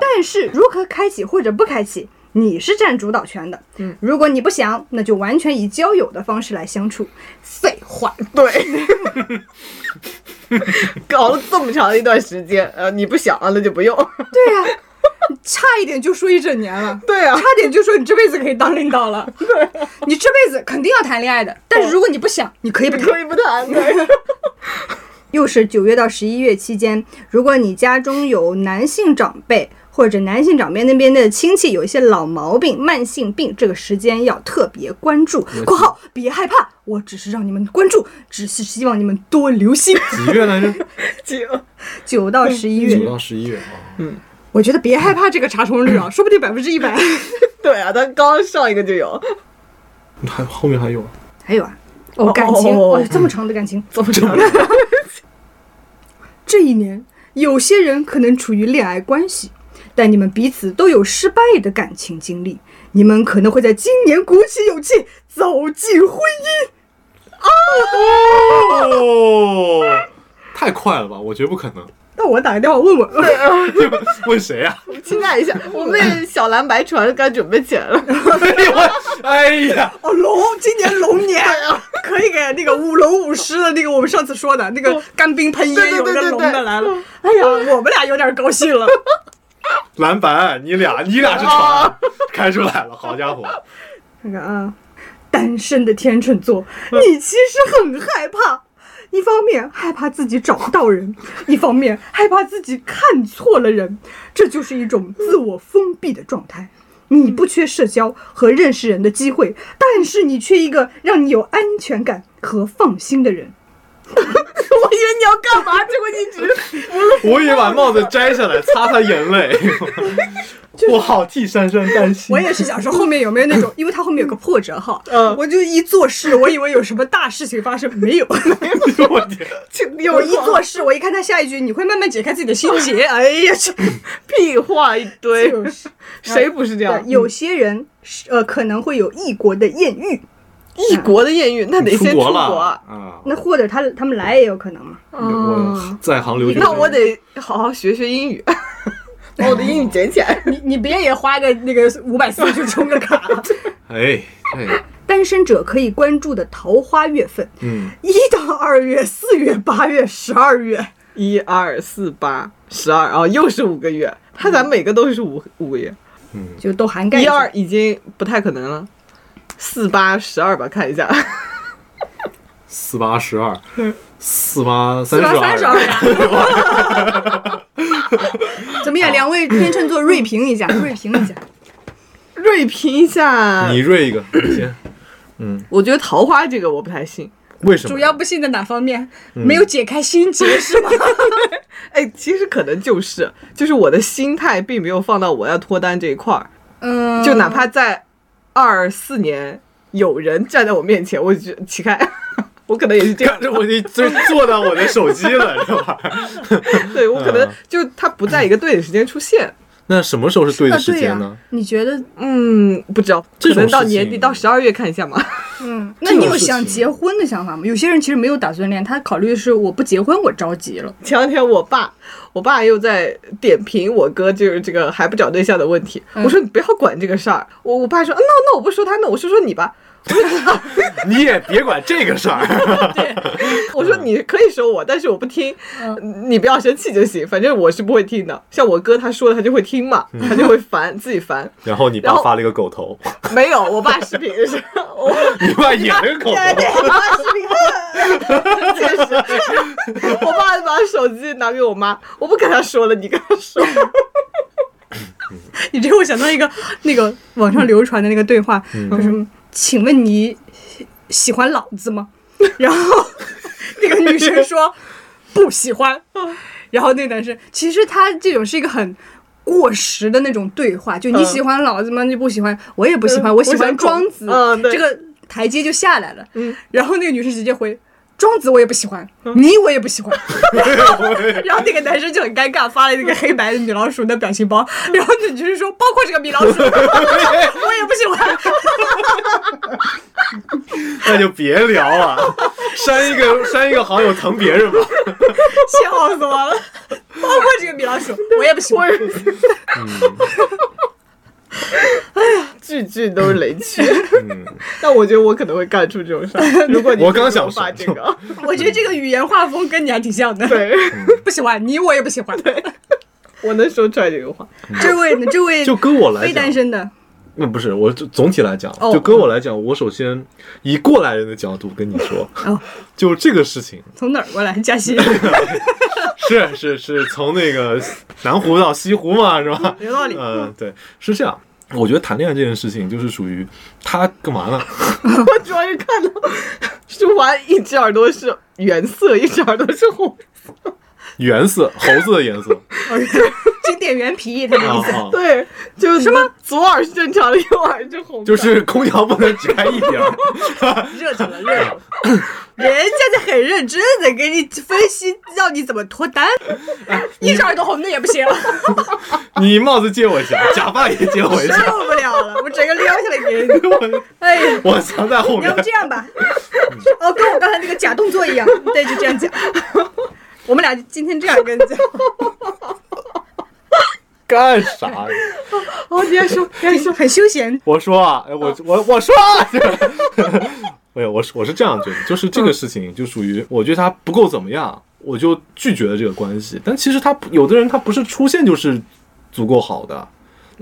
Speaker 2: 但是如何开启或者不开启，你是占主导权的。嗯，如果你不想，那就完全以交友的方式来相处。废话，
Speaker 3: 对， 搞了这么长一段时间，呃，你不想啊，那就不用。
Speaker 2: 对呀、 差一点就说一整年了。
Speaker 3: 对啊
Speaker 2: 差，点就说你这辈子可以当领导了。你这辈子肯定要谈恋爱的，但是如果你不想，你可以不谈。
Speaker 3: 可以不谈。对，
Speaker 2: 又是九月到十一月期间，如果你家中有男性长辈或者男性长辈那边的亲戚有一些老毛病、慢性病，这个时间要特别关注。（括号别害怕，我只是让你们关注，只是希望你们多留心。
Speaker 1: 几月来着？
Speaker 3: 行，
Speaker 2: 九到十一
Speaker 1: 九
Speaker 2: 月，
Speaker 1: 到十一月啊，
Speaker 2: 我觉得别害怕这个查重率啊，说不定百分之一百。
Speaker 3: 对啊，咱刚上一个就有，
Speaker 1: 还后面还有啊，
Speaker 2: 还有啊，哦，感情，
Speaker 3: 哦
Speaker 2: 哦，这么长的感情，
Speaker 3: 这么长。
Speaker 2: 这一年，有些人可能处于恋爱关系，但你们彼此都有失败的感情经历，你们可能会在今年鼓起勇气走进婚姻。
Speaker 1: 哦，太快了吧？我觉得不可能。
Speaker 2: 那我打个电话问问，
Speaker 3: 啊
Speaker 1: 问谁啊呀、
Speaker 3: 期待一下， 我们小蓝白船该准备起来 了。
Speaker 1: 哎呦我， 哎呀，
Speaker 2: 哦，龙，今年龙年
Speaker 3: 啊
Speaker 2: 可以给那个舞龙舞狮的那个我们上次说的那个干冰喷
Speaker 3: 嗯
Speaker 2: 烟
Speaker 3: 对对
Speaker 2: 有
Speaker 3: 对
Speaker 2: 个
Speaker 3: 对
Speaker 2: 龙
Speaker 3: 对嗯
Speaker 2: 的来了。哎呀，我们俩有点高兴了。
Speaker 1: 蓝白，你俩你俩是船，开出来了，好家伙！
Speaker 2: 看看啊，单身的天秤座，你其实很害怕，一方面害怕自己找不到人， 一方面害怕自己看错了人，这就是一种自我封闭的状态。你不缺社交和认识人的机会，但是你缺一个让你有安全感和放心的人。
Speaker 3: 我以为你要干嘛，结果你只是
Speaker 1: 我也把帽子摘下来，擦擦眼泪。我好替珊珊担心
Speaker 2: 我。也是想说后面有没有那种，因为它后面有个破折号，
Speaker 3: 嗯
Speaker 2: 我就一做事，我以为有什么大事情发生，没有。
Speaker 1: 我天，
Speaker 3: 请
Speaker 2: 我
Speaker 3: 有
Speaker 2: 一做事，我一看他下一句，你会慢慢解开自己的心 结。哎呀，这
Speaker 3: 屁话一堆，
Speaker 2: 就是
Speaker 3: 谁不是
Speaker 2: 对
Speaker 3: 这样？
Speaker 2: 有些人是呃可能会有异国的艳遇，
Speaker 3: 异国的艳遇，那得先
Speaker 1: 出
Speaker 3: 出国
Speaker 1: 国了
Speaker 3: 啊。
Speaker 1: 啊！
Speaker 2: 那或者他他们来也有可能嘛。
Speaker 1: 我啊在杭留学，
Speaker 3: 嗯那我得好好学学 英语，把我的英语捡起来。
Speaker 2: 你你别也花个那个五百四去充个卡。
Speaker 1: 哎，哎，
Speaker 2: 单身者可以关注的桃花月份，
Speaker 1: 嗯，
Speaker 2: 一到二月、四月、八月、十二月，
Speaker 3: 一二四八十二啊，又是五个月。他咱每个都是五五个月，
Speaker 2: 就都涵盖
Speaker 3: 一
Speaker 2: 进去
Speaker 3: 二已经不太可能了，四八十二吧，看一下，
Speaker 1: 四八十二，四八三
Speaker 2: 四
Speaker 1: 十
Speaker 2: 八三十二啊
Speaker 1: 二，
Speaker 2: 呀。 怎么样？两位天秤座锐评一下，锐评一下。
Speaker 3: 锐评一下
Speaker 1: 你。瑞一个先，
Speaker 3: 我觉得桃花这个我不太信。
Speaker 1: 为什么？
Speaker 2: 主要不信在哪方面？没有解开心结是吗？
Speaker 3: 哎，其实可能就是，就是我的心态并没有放到我要脱单这一块儿，
Speaker 2: 嗯，
Speaker 3: 就哪怕在二四年有人站在我面前，我就觉得起开， 我可能也是这样
Speaker 1: 看着我你这坐到我的手机了，这玩意儿。
Speaker 3: 对我可能
Speaker 1: 嗯
Speaker 3: 就他不在一个对的时间出 现。
Speaker 1: 那什么时候是对
Speaker 2: 那
Speaker 1: 的时
Speaker 2: 啊对呀
Speaker 1: 间呢？？
Speaker 2: 你觉得？
Speaker 3: 嗯，不知道，
Speaker 1: 这
Speaker 3: 可
Speaker 1: 种
Speaker 3: 能到
Speaker 1: 事
Speaker 3: 年
Speaker 1: 情
Speaker 3: 底到十二月看一下嘛。
Speaker 2: 嗯，那你
Speaker 1: 这
Speaker 2: 有
Speaker 1: 种事
Speaker 2: 想
Speaker 1: 情
Speaker 2: 结婚的想法吗？有些人其实没有打算恋爱，他考虑的是我不结婚，我着急了。
Speaker 3: 前两天我爸，我爸又在点评我哥，就是这个还不找对象的问题。
Speaker 1: 嗯
Speaker 3: 我说你不要管这个事儿。我我爸说，啊那那我不说他，那我说说你吧。
Speaker 1: 你也别管这个事儿。嗯
Speaker 3: 我说你可以说我，但是我不听，你不要生气就行，反正我是不会听的。像我哥他说的，他就会听嘛，
Speaker 1: 嗯
Speaker 3: 他就会烦，自己烦。
Speaker 1: 然后你
Speaker 3: 然
Speaker 1: 爸
Speaker 3: 后
Speaker 1: 发了一个狗头，
Speaker 3: 没有，我爸视频是，我
Speaker 1: 你爸也是个狗头，
Speaker 2: 对，
Speaker 3: 确实，我爸把手机拿给我妈，我不跟他说了，你跟他说。
Speaker 2: 你这让我想到一个那个网上流传的那个对话，
Speaker 1: 嗯
Speaker 2: 就是请问你喜欢老子吗？ 然 后那个女生说不喜欢，然后那男生其实他这种是一个很。过时的那种对话，就你
Speaker 3: 嗯
Speaker 2: 喜欢老子吗？你不喜欢，我也不喜欢，
Speaker 3: 嗯
Speaker 2: 我喜
Speaker 3: 我喜
Speaker 2: 欢
Speaker 3: 欢
Speaker 2: 庄
Speaker 3: 孔
Speaker 2: 子。
Speaker 3: 嗯对
Speaker 2: 这个台阶就下来了。
Speaker 3: 嗯
Speaker 2: 然后那个女生直接回：“庄子我也不喜欢，你我也不喜 欢。”然后 那个男生就很尴尬，发了那个黑白的米老鼠的表情包，然后那女生说，包括这个米老鼠， 我也不喜欢。
Speaker 1: 那就别聊 了，删一个删一个好友疼别人吧。
Speaker 2: 笑死我了，包括这个米老鼠，我也不喜欢。
Speaker 3: 句句都是雷区。
Speaker 1: 嗯，
Speaker 3: 但我觉得我可能会干出这种事儿。如果你
Speaker 1: 我刚想说
Speaker 3: 发这个，
Speaker 2: 我觉得这个语言画风跟你还挺像的。
Speaker 3: 对，
Speaker 2: 不喜欢你，我也不喜欢。
Speaker 3: 我能说出来这个话。
Speaker 2: 这位呢，这位
Speaker 1: 就跟我来
Speaker 2: 非单
Speaker 1: 讲，
Speaker 2: 身的，
Speaker 1: 那不是我就总体来讲，
Speaker 2: 哦
Speaker 1: 就跟我来讲，我首先以过来人的角度跟你说，
Speaker 2: 哦
Speaker 1: 就这个事情
Speaker 2: 从哪儿过来？嘉欣，
Speaker 1: 是是是从那个南湖到西湖嘛，是 吧？
Speaker 3: 有道理
Speaker 1: 嗯，对，是这样。我觉得谈恋爱这件事情就是属于他干嘛呢？
Speaker 3: 我主要是看到舒华一只耳朵是原色，一只耳朵是红。
Speaker 1: 原色，猴子的颜 色
Speaker 2: 经典原皮，他的
Speaker 1: 啊
Speaker 2: 意思。
Speaker 1: 啊，
Speaker 3: 对，就是什么左耳是正常的，右耳是红的。
Speaker 1: 就是空调不能只开一边 儿。
Speaker 2: 热着了，热着了。人家在很认真的给你分析，让你怎么脱单。一只耳朵红的也不行，
Speaker 1: 你帽子借我一下，假发也借我一 下，
Speaker 2: 受不了了，我整个撩下来给你。哎呀，
Speaker 1: 我藏在后
Speaker 2: 你
Speaker 1: 面
Speaker 2: 要。不这样吧？哦，跟我刚才那个假动作一样，对，就这样讲。我们俩今天这样跟你讲，
Speaker 1: 干啥呀？
Speaker 3: 哦，你还说，你还说，
Speaker 2: 很休 闲。
Speaker 1: 我说啊，哎我我我说啊， 没有，我是我是这样觉得，就是这个事情就属于，我觉得他不够怎么样，我就拒绝了这个关系。但其实他不有的人他不是出现就是足够好的，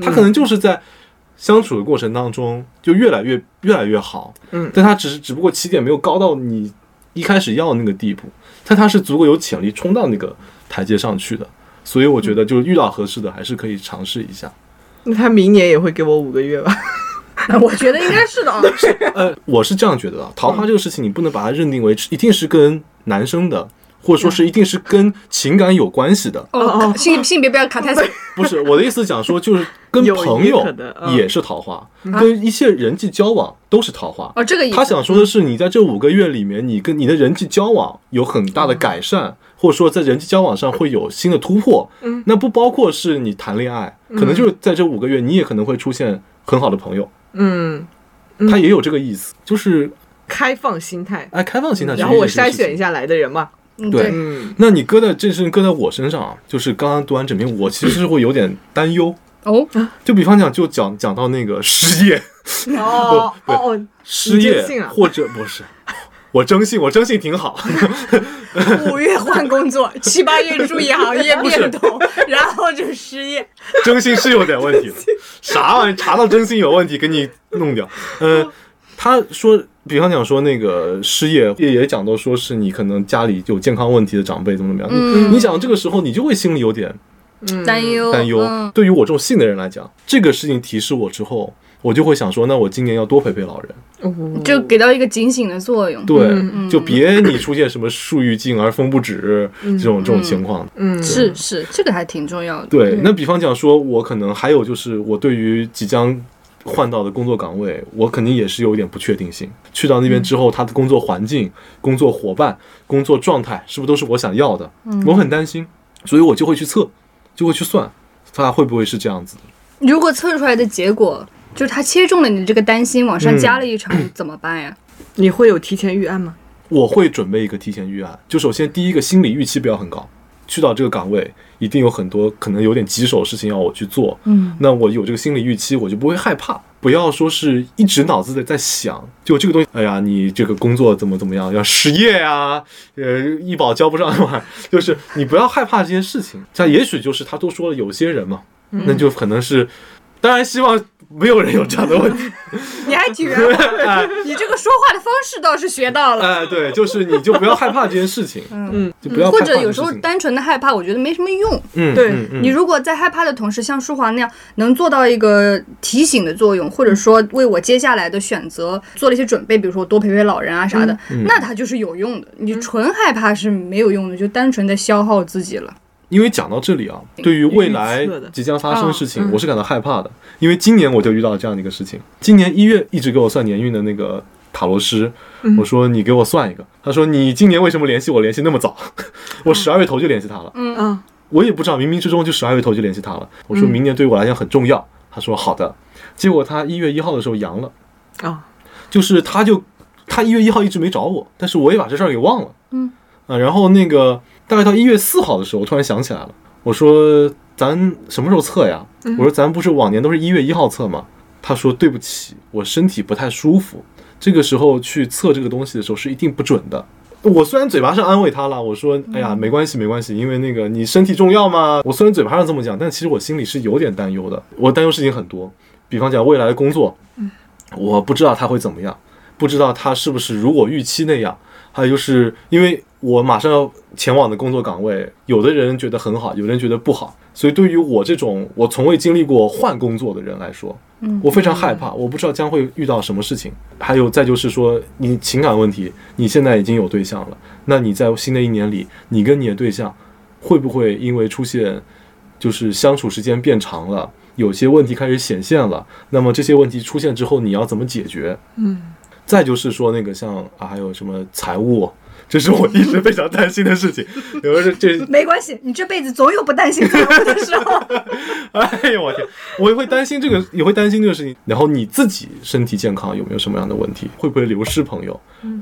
Speaker 1: 他可能就是在相处的过程当中就越来越越来越好，
Speaker 3: 嗯
Speaker 1: 但他只是只不过起点没有高到你一开始要的那个地步，但他是足够有潜力冲到那个台阶上去的。所以我觉得，就是遇到合适的，还是可以尝试一下。
Speaker 3: 那他明年也会给我五个月吧？
Speaker 2: 我觉得应该是的啊，
Speaker 1: 呃，我是这样觉得的，桃花这个事情，你不能把它认定
Speaker 3: 嗯
Speaker 1: 为一定是跟男生的，或者说是一定是跟情感有关系 的。
Speaker 2: 哦，性性别不要卡太死。
Speaker 1: 不是我的意思，讲说就是跟
Speaker 3: 友谊
Speaker 1: 朋友
Speaker 3: 可能嗯啊
Speaker 1: 也是桃花，跟一些人际交往都是桃花。
Speaker 2: 哦，这个意
Speaker 1: 他
Speaker 2: 思。
Speaker 1: 想说的是，你在这五个月里面，你跟你的人际交往有很大的改
Speaker 3: 嗯
Speaker 1: 善，或者说在人际交往上会有新的突破。嗯，那不包括是你谈恋爱，可能就是在这五个月，你也可能会出现很好的朋友。
Speaker 3: 嗯，
Speaker 1: 他也有这个意思，就是
Speaker 3: 开放心态，
Speaker 1: 哎，开放心态。
Speaker 3: 嗯然后我筛选一。下来的人嘛。
Speaker 2: 嗯
Speaker 1: 对
Speaker 2: 对，
Speaker 3: 嗯，
Speaker 1: 那你搁在这是搁在我身上啊，就是刚刚读完整篇，我其实是会有点担忧。
Speaker 2: 哦，
Speaker 1: 就比方讲，就讲讲到那个失业，
Speaker 3: 哦哦
Speaker 1: 不
Speaker 3: 哦，
Speaker 1: 失业
Speaker 3: 真信啊
Speaker 1: 或者不是，我征信，我征信挺好，
Speaker 2: 五月换工作，七八月注意行 业变动，然后就失业。
Speaker 1: 征信是有点问题的，啥玩意儿查到征信有问题，给你弄掉。呃，他说，比方讲说那个失业，也也讲到说是你可能家里有健康问题的长辈怎么怎么样，
Speaker 2: 嗯
Speaker 1: 你你想这个时候你就会心里有点
Speaker 2: 担忧
Speaker 1: 嗯
Speaker 2: 嗯
Speaker 1: 担忧。
Speaker 3: 嗯
Speaker 1: 对于我这种信的人来讲，这个事情提示我之后，我就会想说，那我今年要多陪陪老人。
Speaker 3: 哦
Speaker 2: 就给到一个警醒的作用。
Speaker 1: 对，
Speaker 3: 嗯
Speaker 1: 就别你出现什么树欲静而风不止、这种这种情况。
Speaker 3: 嗯
Speaker 2: 是是，这个还挺重要的。
Speaker 1: 对，那比方讲说，我可能还有就是，我对于即将换到的工作岗位，我肯定也是有一点不确定性。去到那边之后，他的工作环境、工作伙伴、工作状态，是不是都是我想要的？
Speaker 3: 嗯
Speaker 1: 我很担心，所以我就会去测，就会去算，他会不会是这样子的？
Speaker 2: 如果测出来的结果就是他切中了你这个担心，往
Speaker 1: 嗯
Speaker 2: 上加了一场，怎么办呀？
Speaker 3: 你会有提前预案吗？
Speaker 1: 我会准备一个提前预案，就首先第一个心理预期不要很高，去到这个岗位一定有很多可能有点棘手的事情要我去做，嗯，那我有这个心理预期，我就不会害怕。不要说是一直脑子的在想，就这个东西，哎呀，你这个工作怎么怎么样，要失业啊，呃，医保交不上啊，就是你不要害怕这些事情。像也许就是他都说了，有些人嘛，那就可能是当然希望没有人有这样的问题。
Speaker 2: 你还挺圆 滑，
Speaker 1: 哎
Speaker 2: 你这个说话的方式倒是学 到了。
Speaker 1: 哎，对，就是你就不要害怕这件事情，嗯，就不要害
Speaker 2: 或
Speaker 1: 怕这
Speaker 2: 者
Speaker 1: 件
Speaker 2: 有
Speaker 1: 事情
Speaker 2: 时候单纯的害怕，我觉得没什么用。
Speaker 1: 嗯，
Speaker 3: 对
Speaker 1: 嗯嗯
Speaker 2: 你如果在害怕的同时，像舒华那样能做到一个提醒的作用，或者说为我接下来的选择做了一些准备，比如说多陪陪老人啊啥的，
Speaker 1: 嗯
Speaker 2: 那它就是有用的。你纯害怕是没有用的，就单纯的消耗自己了。
Speaker 1: 因为讲到这里啊，对于未来
Speaker 3: 预测的
Speaker 1: 即将发生的事
Speaker 3: 啊
Speaker 1: 情，
Speaker 3: 嗯
Speaker 1: 我是感到害怕的。因为今年我就遇到这样的一个事情，今年一月一直给我算年运的那个塔罗师，
Speaker 2: 嗯
Speaker 1: 我说你给我算一个，他说你今年为什么联系我联系那么早？ 我十二月头就联系他了，
Speaker 3: 嗯，
Speaker 1: 我也不知道，冥冥之中就十二月头就联系他了。我
Speaker 2: 嗯
Speaker 1: 说明年对于我来讲很重要，他说好的，结果他一月一号的时候阳了，
Speaker 3: 啊，
Speaker 1: 就是他就他一月一号一直没找我，但是我也把这事儿给忘了。嗯啊，然后那个大概到一月四号的时候，我突然想起来了，我说咱什么时候测呀？我说咱不是往年都是一月一号测吗？他说对不起，我身体不太舒服，这个时候去测这个东西的时候是一定不准的。我虽然嘴巴上安慰他了，我说哎呀没关系没关系，因为那个你身体重要嘛。我虽然嘴巴上这么讲，但其实我心里是有点担忧的。我担忧事情很多，比方讲未来的工作，我不知道他会怎么样，不知道他是不是如我预期那样。还有就是因为我马上要前往的工作岗位，有的人觉得很好，有的人觉得不好，所以对于我这种我从未经历过换工作的人来说，我非常害怕，我不知道将会遇到什么事情。还有再就是说，你情感问题，你现在已经有对象了，那你在新的一年里，你跟你的对象会不会因为出现就是相处时间变长了，有些问题开始显现了，那么这些问题出现之后，你要怎么解决？嗯，再就是说那个像啊，还有什么财务，这是我一直非常担心的事情。有时候这
Speaker 2: 没关系，你这辈子总有不担心财务的时候。
Speaker 1: 哎呦我天，我也会担心这个， 也会担心这个事情。然后你自己身体健康有没有什么样的问题？会不会流失朋友？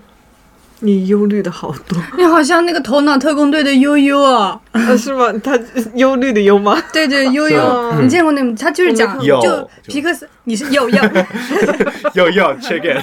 Speaker 3: 你忧虑的好 多，
Speaker 2: 你好像那个头脑特工队的悠悠 啊，
Speaker 3: 啊是吗？他忧虑的忧吗？
Speaker 2: 对对，悠悠，你见过那吗？他就是讲，
Speaker 1: 嗯有
Speaker 2: 就皮克斯，你是 有有，
Speaker 1: 要要 check it。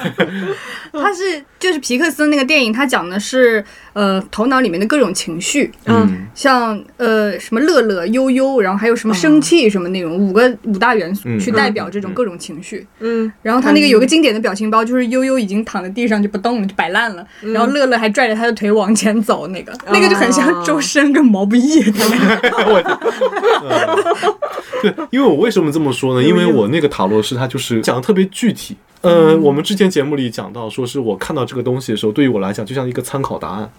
Speaker 2: 他是就是皮克斯那个电影，他讲的是呃头脑里面的各种情绪，
Speaker 1: 嗯
Speaker 2: 像呃什么乐乐、悠悠，然后还有什么生气什么那种，五个五大元素
Speaker 1: 嗯
Speaker 2: 去代表这
Speaker 1: 嗯
Speaker 2: 种
Speaker 1: 嗯
Speaker 2: 各种情绪。
Speaker 3: 嗯，
Speaker 2: 然后他那个有个经典的表情包，就是悠悠已经躺在地上就不动了，就摆烂了，
Speaker 1: 嗯
Speaker 2: 然后乐乐还拽着他的腿往前走，那个那个就很像周深跟毛不易。
Speaker 1: 我天，对， 因为我为什么这么说呢？因为我那个塔罗师他就是讲的特别具体。呃，我们之前节目里讲到，说是我看到这个东西的时候，对于我来讲就像一个参考答案。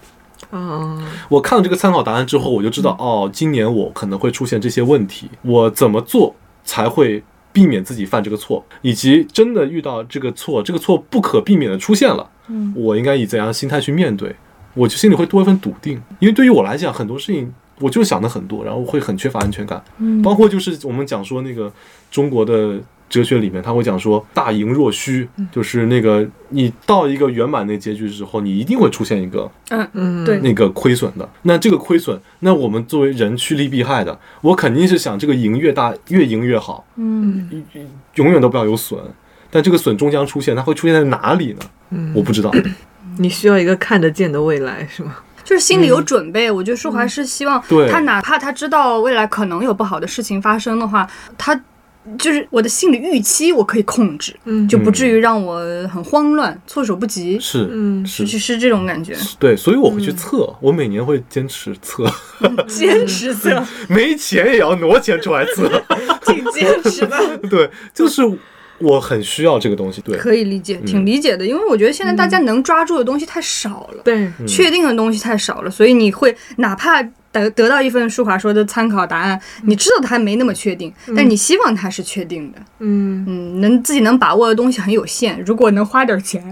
Speaker 3: 啊，
Speaker 1: 我看了这个参考答案之后，我就知道哦，今年我可能会出现这些问题，我怎么做才会避免自己犯这个错，以及真的遇到这个错，这个错不可避免的出现了，嗯，我应该以怎样的心态去面对，我就心里会多一份笃定，因为对于我来讲，很多事情。我就想的很多，然后会很缺乏安全感，嗯、包括就是我们讲说那个中国的哲学里面，他会讲说大盈若虚，就是那个你到一个圆满的结局之后，你一定会出现一个
Speaker 3: 嗯，
Speaker 2: 对
Speaker 1: 那个亏损的。那这个亏损，那我们作为人趋利避害的，我肯定是想这个赢越大，越赢越好，
Speaker 2: 嗯，
Speaker 1: 永远都不要有损。但这个损终将出现，它会出现在哪里呢？
Speaker 3: 嗯
Speaker 1: 我不知道。
Speaker 3: 你需要一个看得见的未来是吗？
Speaker 2: 就是心里有准备。我觉得舒华是希望
Speaker 1: 对
Speaker 2: 他哪怕他知道未来可能有不好的事情发生的话，他。就是我的心理预期，我可以控制，
Speaker 3: 嗯
Speaker 2: 就不至于让我很慌乱、措手不及，
Speaker 1: 是，
Speaker 3: 嗯
Speaker 1: 是，
Speaker 2: 是是这种感觉。
Speaker 1: 对，所以我会去测，我每年会坚持测，
Speaker 2: 坚持色，
Speaker 1: 没钱也要挪钱出来测。
Speaker 2: 挺坚持的，
Speaker 1: 对，就是我很需要这个东西。对，
Speaker 2: 可以理解，
Speaker 1: 嗯
Speaker 2: 挺理解的。因为我觉得现在大家能抓住的东西太少了，
Speaker 3: 对，
Speaker 1: 嗯
Speaker 2: 确定的东西太少了，所以你会哪怕得得到一份舒华说的参考答案，你知道它没那么确定，但你希望它是确定的。
Speaker 3: 嗯，
Speaker 2: 嗯，能自己能把握的东西很有限，如果能花 点钱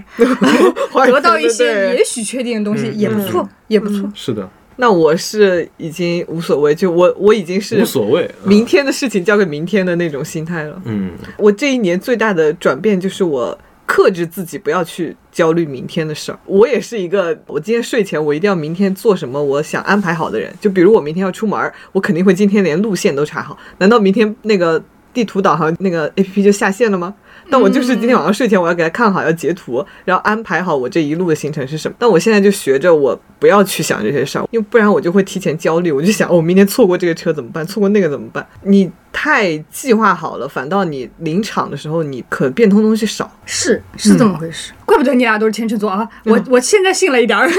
Speaker 2: 得到一些也许确定的东西，
Speaker 1: 嗯
Speaker 2: 也不错，也不错。
Speaker 1: 是的，
Speaker 3: 那我是已经无所谓，就我我已经是
Speaker 1: 无所谓。
Speaker 3: 明天的事情交给明天的那种心态了。
Speaker 1: 嗯，
Speaker 3: 我这一年最大的转变就是我克制自己不要去焦虑明天的事儿。我也是一个，我今天睡前我一定要明天做什么，我想安排好的人。就比如我明天要出门儿，我肯定会今天连路线都查好。难道明天那个？地图导航那个 APP 就下线了吗？但我就是今天晚上睡前我要给他看好，要截图，然后安排好我这一路的行程是什么。但我现在就学着我不要去想这些事儿，因为不然我就会提前焦虑。我就想，我、明天错过这个车怎么办？错过那个怎么办？你太计划好了，反倒你临场的时候你可变通东西少。
Speaker 2: 是是这么回事，嗯
Speaker 5: 怪不得你俩都是天秤座啊！我我现在信了一点 儿，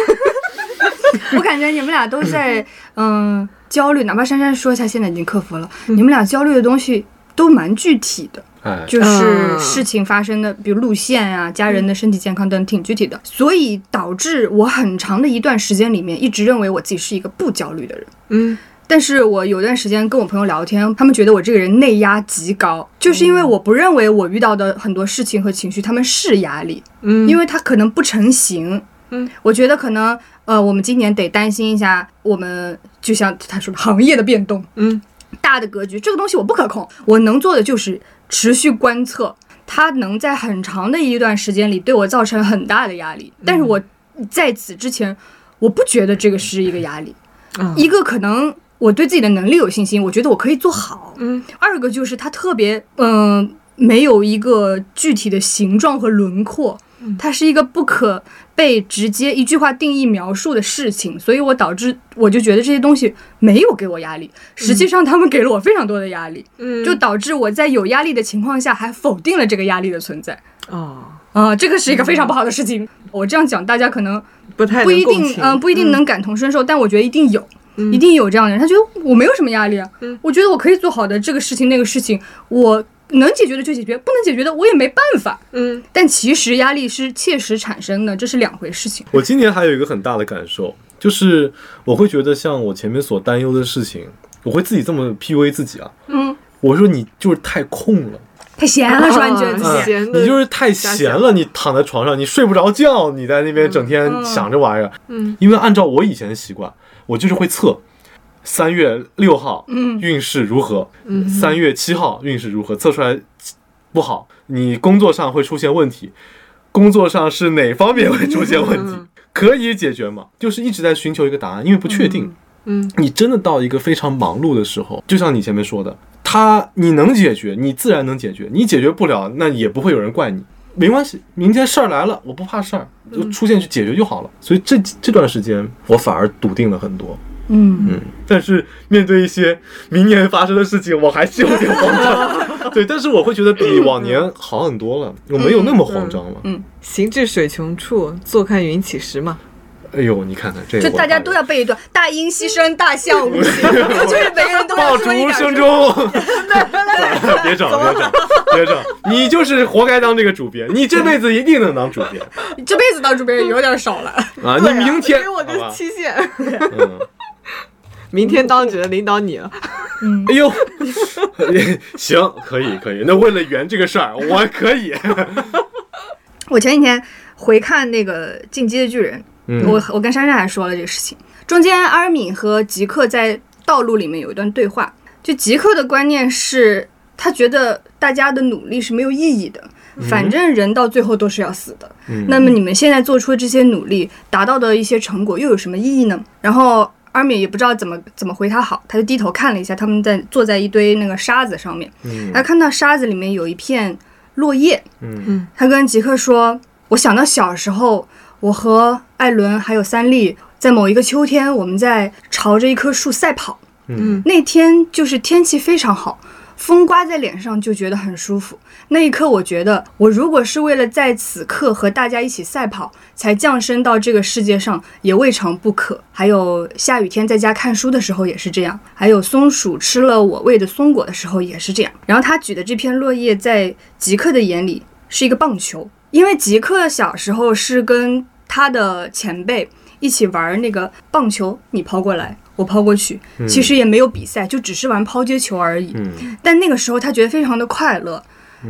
Speaker 2: 我感觉你们俩都 在嗯焦虑，哪怕珊珊说一下现在已经克服了，你们俩焦虑的东西都蛮具体的。
Speaker 1: 哎，
Speaker 2: 就是
Speaker 3: 嗯
Speaker 2: 事情发生的，比如路线啊、家人的身体健康等，挺具体的，所以导致我很长的一段时间里面一直认为我自己是一个不焦虑的人。
Speaker 3: 嗯，
Speaker 2: 但是我有段时间跟我朋友聊天，他们觉得我这个人内压极高，就是因为我不认为我遇到的很多事情和情绪，他们是压力，
Speaker 3: 嗯
Speaker 2: 因为它可能不成形，
Speaker 3: 嗯，
Speaker 2: 我觉得可能呃，我们今年得担心一下，我们就像他说的行业的变动，
Speaker 3: 嗯，
Speaker 2: 大的格局，这个东西我不可控，我能做的就是持续观测，它能在很长的一段时间里对我造成很大的压力，但是我在此之前，我不觉得这个是一个压力。
Speaker 3: 啊
Speaker 2: 一个可能我对自己的能力有信心，我觉得我可以做好。
Speaker 3: 嗯，
Speaker 2: 二个就是它特别，嗯、没有一个具体的形状和轮廓，它是一个不可被直接一句话定义描述的事情，所以我导致我就觉得这些东西没有给我压力，实际上他们给了我非常多的压力，
Speaker 3: 嗯
Speaker 2: 就导致我在有压力的情况下还否定了这个压力的存在。
Speaker 3: 哦，
Speaker 2: 啊、这个是一个非常不好的事情。我这样讲，大家可能
Speaker 3: 不太
Speaker 2: 不
Speaker 3: 能
Speaker 2: 一
Speaker 3: 共
Speaker 2: 定，
Speaker 3: 情
Speaker 2: 嗯，不一定能感同身受，但我觉得一定有，一定有这样的人，他觉得我没有什么压力啊，我觉得我可以做好的这个事情那个事情，我能解决的就解决，不能解决的我也没办法。
Speaker 3: 嗯
Speaker 2: 但其实压力是切实产生的，这是两回事情。
Speaker 1: 我今年还有一个很大的感受，就是我会觉得像我前面所担忧的事情，我会自己这么 PUA 自己啊。
Speaker 2: 嗯，
Speaker 1: 我说你就是太空了，
Speaker 2: 太闲了，是吧？你觉得自
Speaker 3: 啊
Speaker 2: 己？
Speaker 3: 闲的
Speaker 1: 嗯你就是太闲了，你躺在床上，你睡不着觉，你在那边整天想这玩意儿。
Speaker 3: 嗯，
Speaker 1: 因为按照我以前的习惯，我就是会测。三月六号，
Speaker 2: 嗯
Speaker 1: 运势如何？
Speaker 3: 嗯
Speaker 1: 三月七号运势如何？测出来不好，你工作上会出现问题，工作上是哪方面会出现问题？
Speaker 3: 嗯
Speaker 1: 可以解决吗？就是一直在寻求一个答案，因为不确定。
Speaker 3: 嗯
Speaker 1: 你真的到一个非常忙碌的时候，就像你前面说的，他你能解决，你自然能解决；你解决不了，那也不会有人怪你。没关系，明天事儿来了，我不怕事儿，就出现去解决就好了。所以这这段时间，我反而笃定了很多。
Speaker 2: 嗯，
Speaker 1: 嗯，但是面对一些明年发生的事情，我还是有点慌张。对，但是我会觉得比往年好很多了，我没有那么慌张
Speaker 2: 嗯
Speaker 1: 了。
Speaker 3: 行至水穷处，坐看云起时嘛。
Speaker 1: 哎呦，你看看这个
Speaker 2: 就
Speaker 1: 我怕了，
Speaker 2: 大家都要背一段“大音希声，大象无 形”，就是每个人都要
Speaker 1: 嗯爆
Speaker 2: 说一
Speaker 1: 竹
Speaker 2: 点
Speaker 1: 声中， 别整别整别整，你就是活该当这个主编，你这辈子一定能当主编
Speaker 2: 这辈子当主编有点少了。
Speaker 1: 啊！你明天
Speaker 3: 给我
Speaker 1: 好吧
Speaker 3: 个期限，
Speaker 1: 嗯，
Speaker 3: 明天当只能领导你了。
Speaker 1: 哎呦，行，可以可以，那为了圆这个事儿，我可以，
Speaker 2: 我前几天回看那个《进击的巨人》
Speaker 1: 嗯
Speaker 2: 我我跟珊珊还说了这个事情。中间阿尔敏和吉克在道路里面有一段对话，就吉克的观念是他觉得大家的努力是没有意义的，反正人到最后都是要死的。
Speaker 1: 嗯
Speaker 2: 那么你们现在做出的这些努力，达到的一些成果又有什么意义呢？然后阿敏也不知道怎么怎么回他好，他就低头看了一下，他们在坐在一堆那个沙子上面，
Speaker 1: 嗯
Speaker 2: 他看到沙子里面有一片落叶，
Speaker 1: 嗯
Speaker 2: 他跟吉克说：“我想到小时候，我和艾伦还有三笠，在某一个秋天，我们在朝着一棵树赛跑。
Speaker 1: 嗯
Speaker 2: 那天就是天气非常好，风刮在脸上就觉得很舒服。那一刻，我觉得我如果是为了在此刻和大家一起赛跑，才降生到这个世界上，也未尝不可。还有下雨天在家看书的时候也是这样，还有松鼠吃了我喂的松果的时候也是这样。然后他举的这片落叶，在吉克的眼里是一个棒球，因为吉克小时候是跟他的前辈一起玩那个棒球，你抛过来，我抛过去，其实也没有比赛，就只是玩抛接球而已。
Speaker 1: 嗯
Speaker 2: 但那个时候他觉得非常的快乐，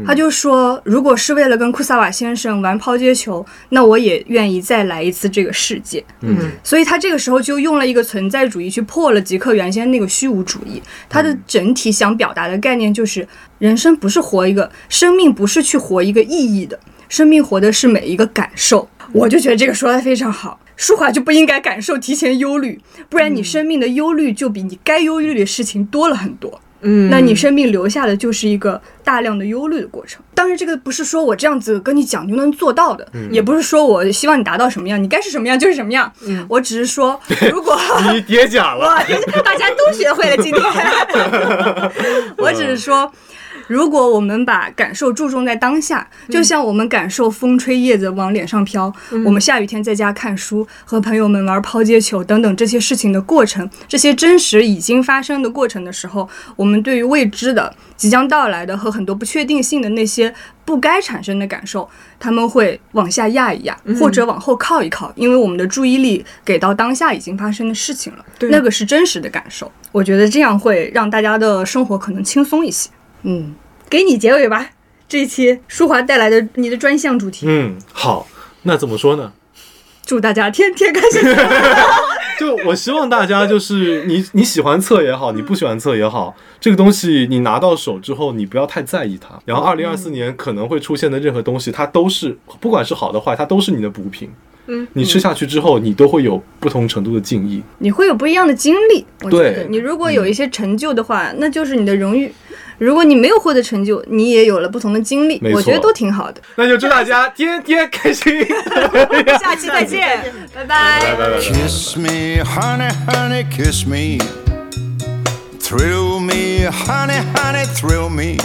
Speaker 2: 他就说，如果是为了跟库萨瓦先生玩抛接球，那我也愿意再来一次这个世界。
Speaker 1: 嗯
Speaker 2: 所以他这个时候就用了一个存在主义去破了吉克原先那个虚无主义。他的整体想表达的概念就是，人生不是活一个，生命不是去活一个意义的，生命活的是每一个感受。我就觉得这个说的非常好。舒华就不应该感受提前忧虑，不然你生命的忧虑就比你该忧虑的事情多了很多。
Speaker 3: 嗯，
Speaker 2: 那你生病留下的就是一个大量的忧虑的过程。当然，这个不是说我这样子跟你讲就能做到的，也不是说我希望你达到什么样，你该是什么样就是什么样。我只是说，如果
Speaker 1: 你叠甲了，
Speaker 2: 哇，就是 大家都学会了今天。我只是说，如果我们把感受注重在当下，就像我们感受风吹叶子往脸上飘，我们下雨天在家看书、和朋友们玩抛接球等等这些事情的过程，这些真实已经发生的过程的时候，我们对于未知的、即将到来的和很多不确定性的那些不该产生的感受，他们会往下压一压，或者往后靠一靠，因为我们的注意力给到当下已经发生的事情了，
Speaker 3: 对
Speaker 2: 那个是真实的感受。我觉得这样会让大家的生活可能轻松一些。嗯，给你结尾吧，这一期舒华带来的你的专项 主题，
Speaker 1: 嗯，好，那怎么说呢？
Speaker 2: 祝大家天天开 心。
Speaker 1: 就我希望大家就是你你喜欢测也好，你不喜欢测也好，这个东西你拿到手之后，你不要太在意它。然后二零二四年可能会出现的任何东西，它都是不管是好的坏，它都是你的补品。
Speaker 3: 嗯，
Speaker 1: 你吃下去之后，你都会有不同程度的敬意。
Speaker 2: 你会有不一样的经历。我觉得
Speaker 1: 对
Speaker 2: 你如果有一些成就的话，那就是你的荣誉；如果你没有获得成就，你也有了不同的经历
Speaker 1: 没，错
Speaker 2: 我觉得都挺好的。
Speaker 1: 那就祝大家天天开心。
Speaker 2: 下期再见， 拜拜。
Speaker 1: 拜拜拜拜。
Speaker 4: Kiss me, honey, honey, kiss me. Thrill me, honey, honey, thrill me.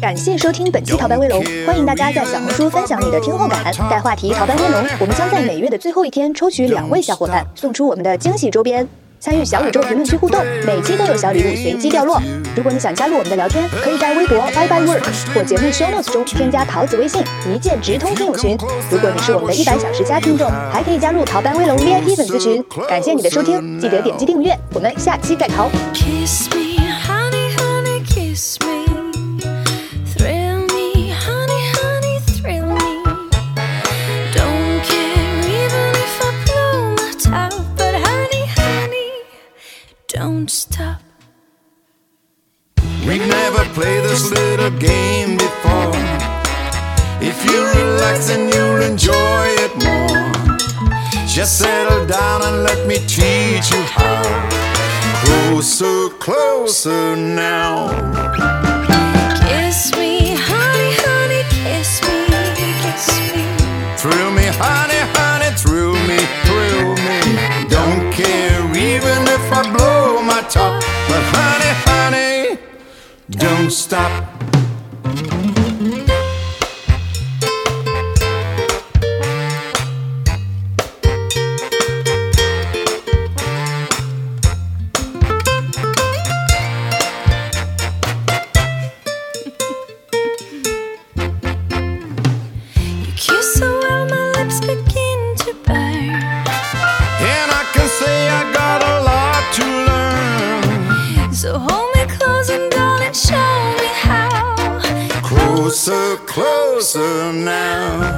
Speaker 6: 感谢收听本期《逃班威龙》，欢迎大家在小红书分享你的听后感，带话题“逃班威龙”，我们将在每月的最后一天抽取两位小伙伴，送出我们的惊喜周边。参与小宇宙评论区互动，每期都有小礼物随机掉落。如果你想加入我们的聊天，可以在微博 Bye Bye Work 或节目 Show Notes 中添加桃子微信，一键直通听友群。如果你是我们的一百小时加听众，还可以加入逃班威龙 VIP 粉丝群。感谢你的收听，记得点击订阅，我们下期再逃。
Speaker 7: Kiss me, honey, honey, kiss me. Thrill me, honey, honey, thrill me. Don't care even if I blow my top, but honey, honey, don't stop.
Speaker 4: We never played this little game before. If you relax then you'll enjoy it more. Just settle down and let me teach you how. Closer, closer now.
Speaker 7: Kiss me, honey, honey, kiss me, kiss me.
Speaker 4: Thrill me, honey, honey, thrill me, thrill me. Don't care even if I blow my top. But honey, honey, don't stop.
Speaker 7: You kiss so well, my lips begin to burn.
Speaker 4: And I can say I got a lot to learn.
Speaker 7: So hold me close and darling, show me how.
Speaker 4: Closer, closer now.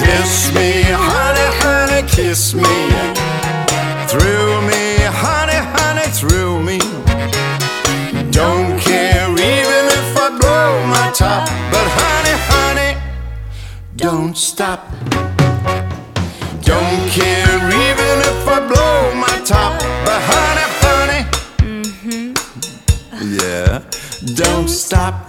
Speaker 4: Kiss me, honey, honey, kiss me. Thrill me, honey, honey, thrill me. Don't care even if I blow my top. But honey, honey, don't stop. Don't care even if I blow my top. But honey, honey, yeah, don't stop.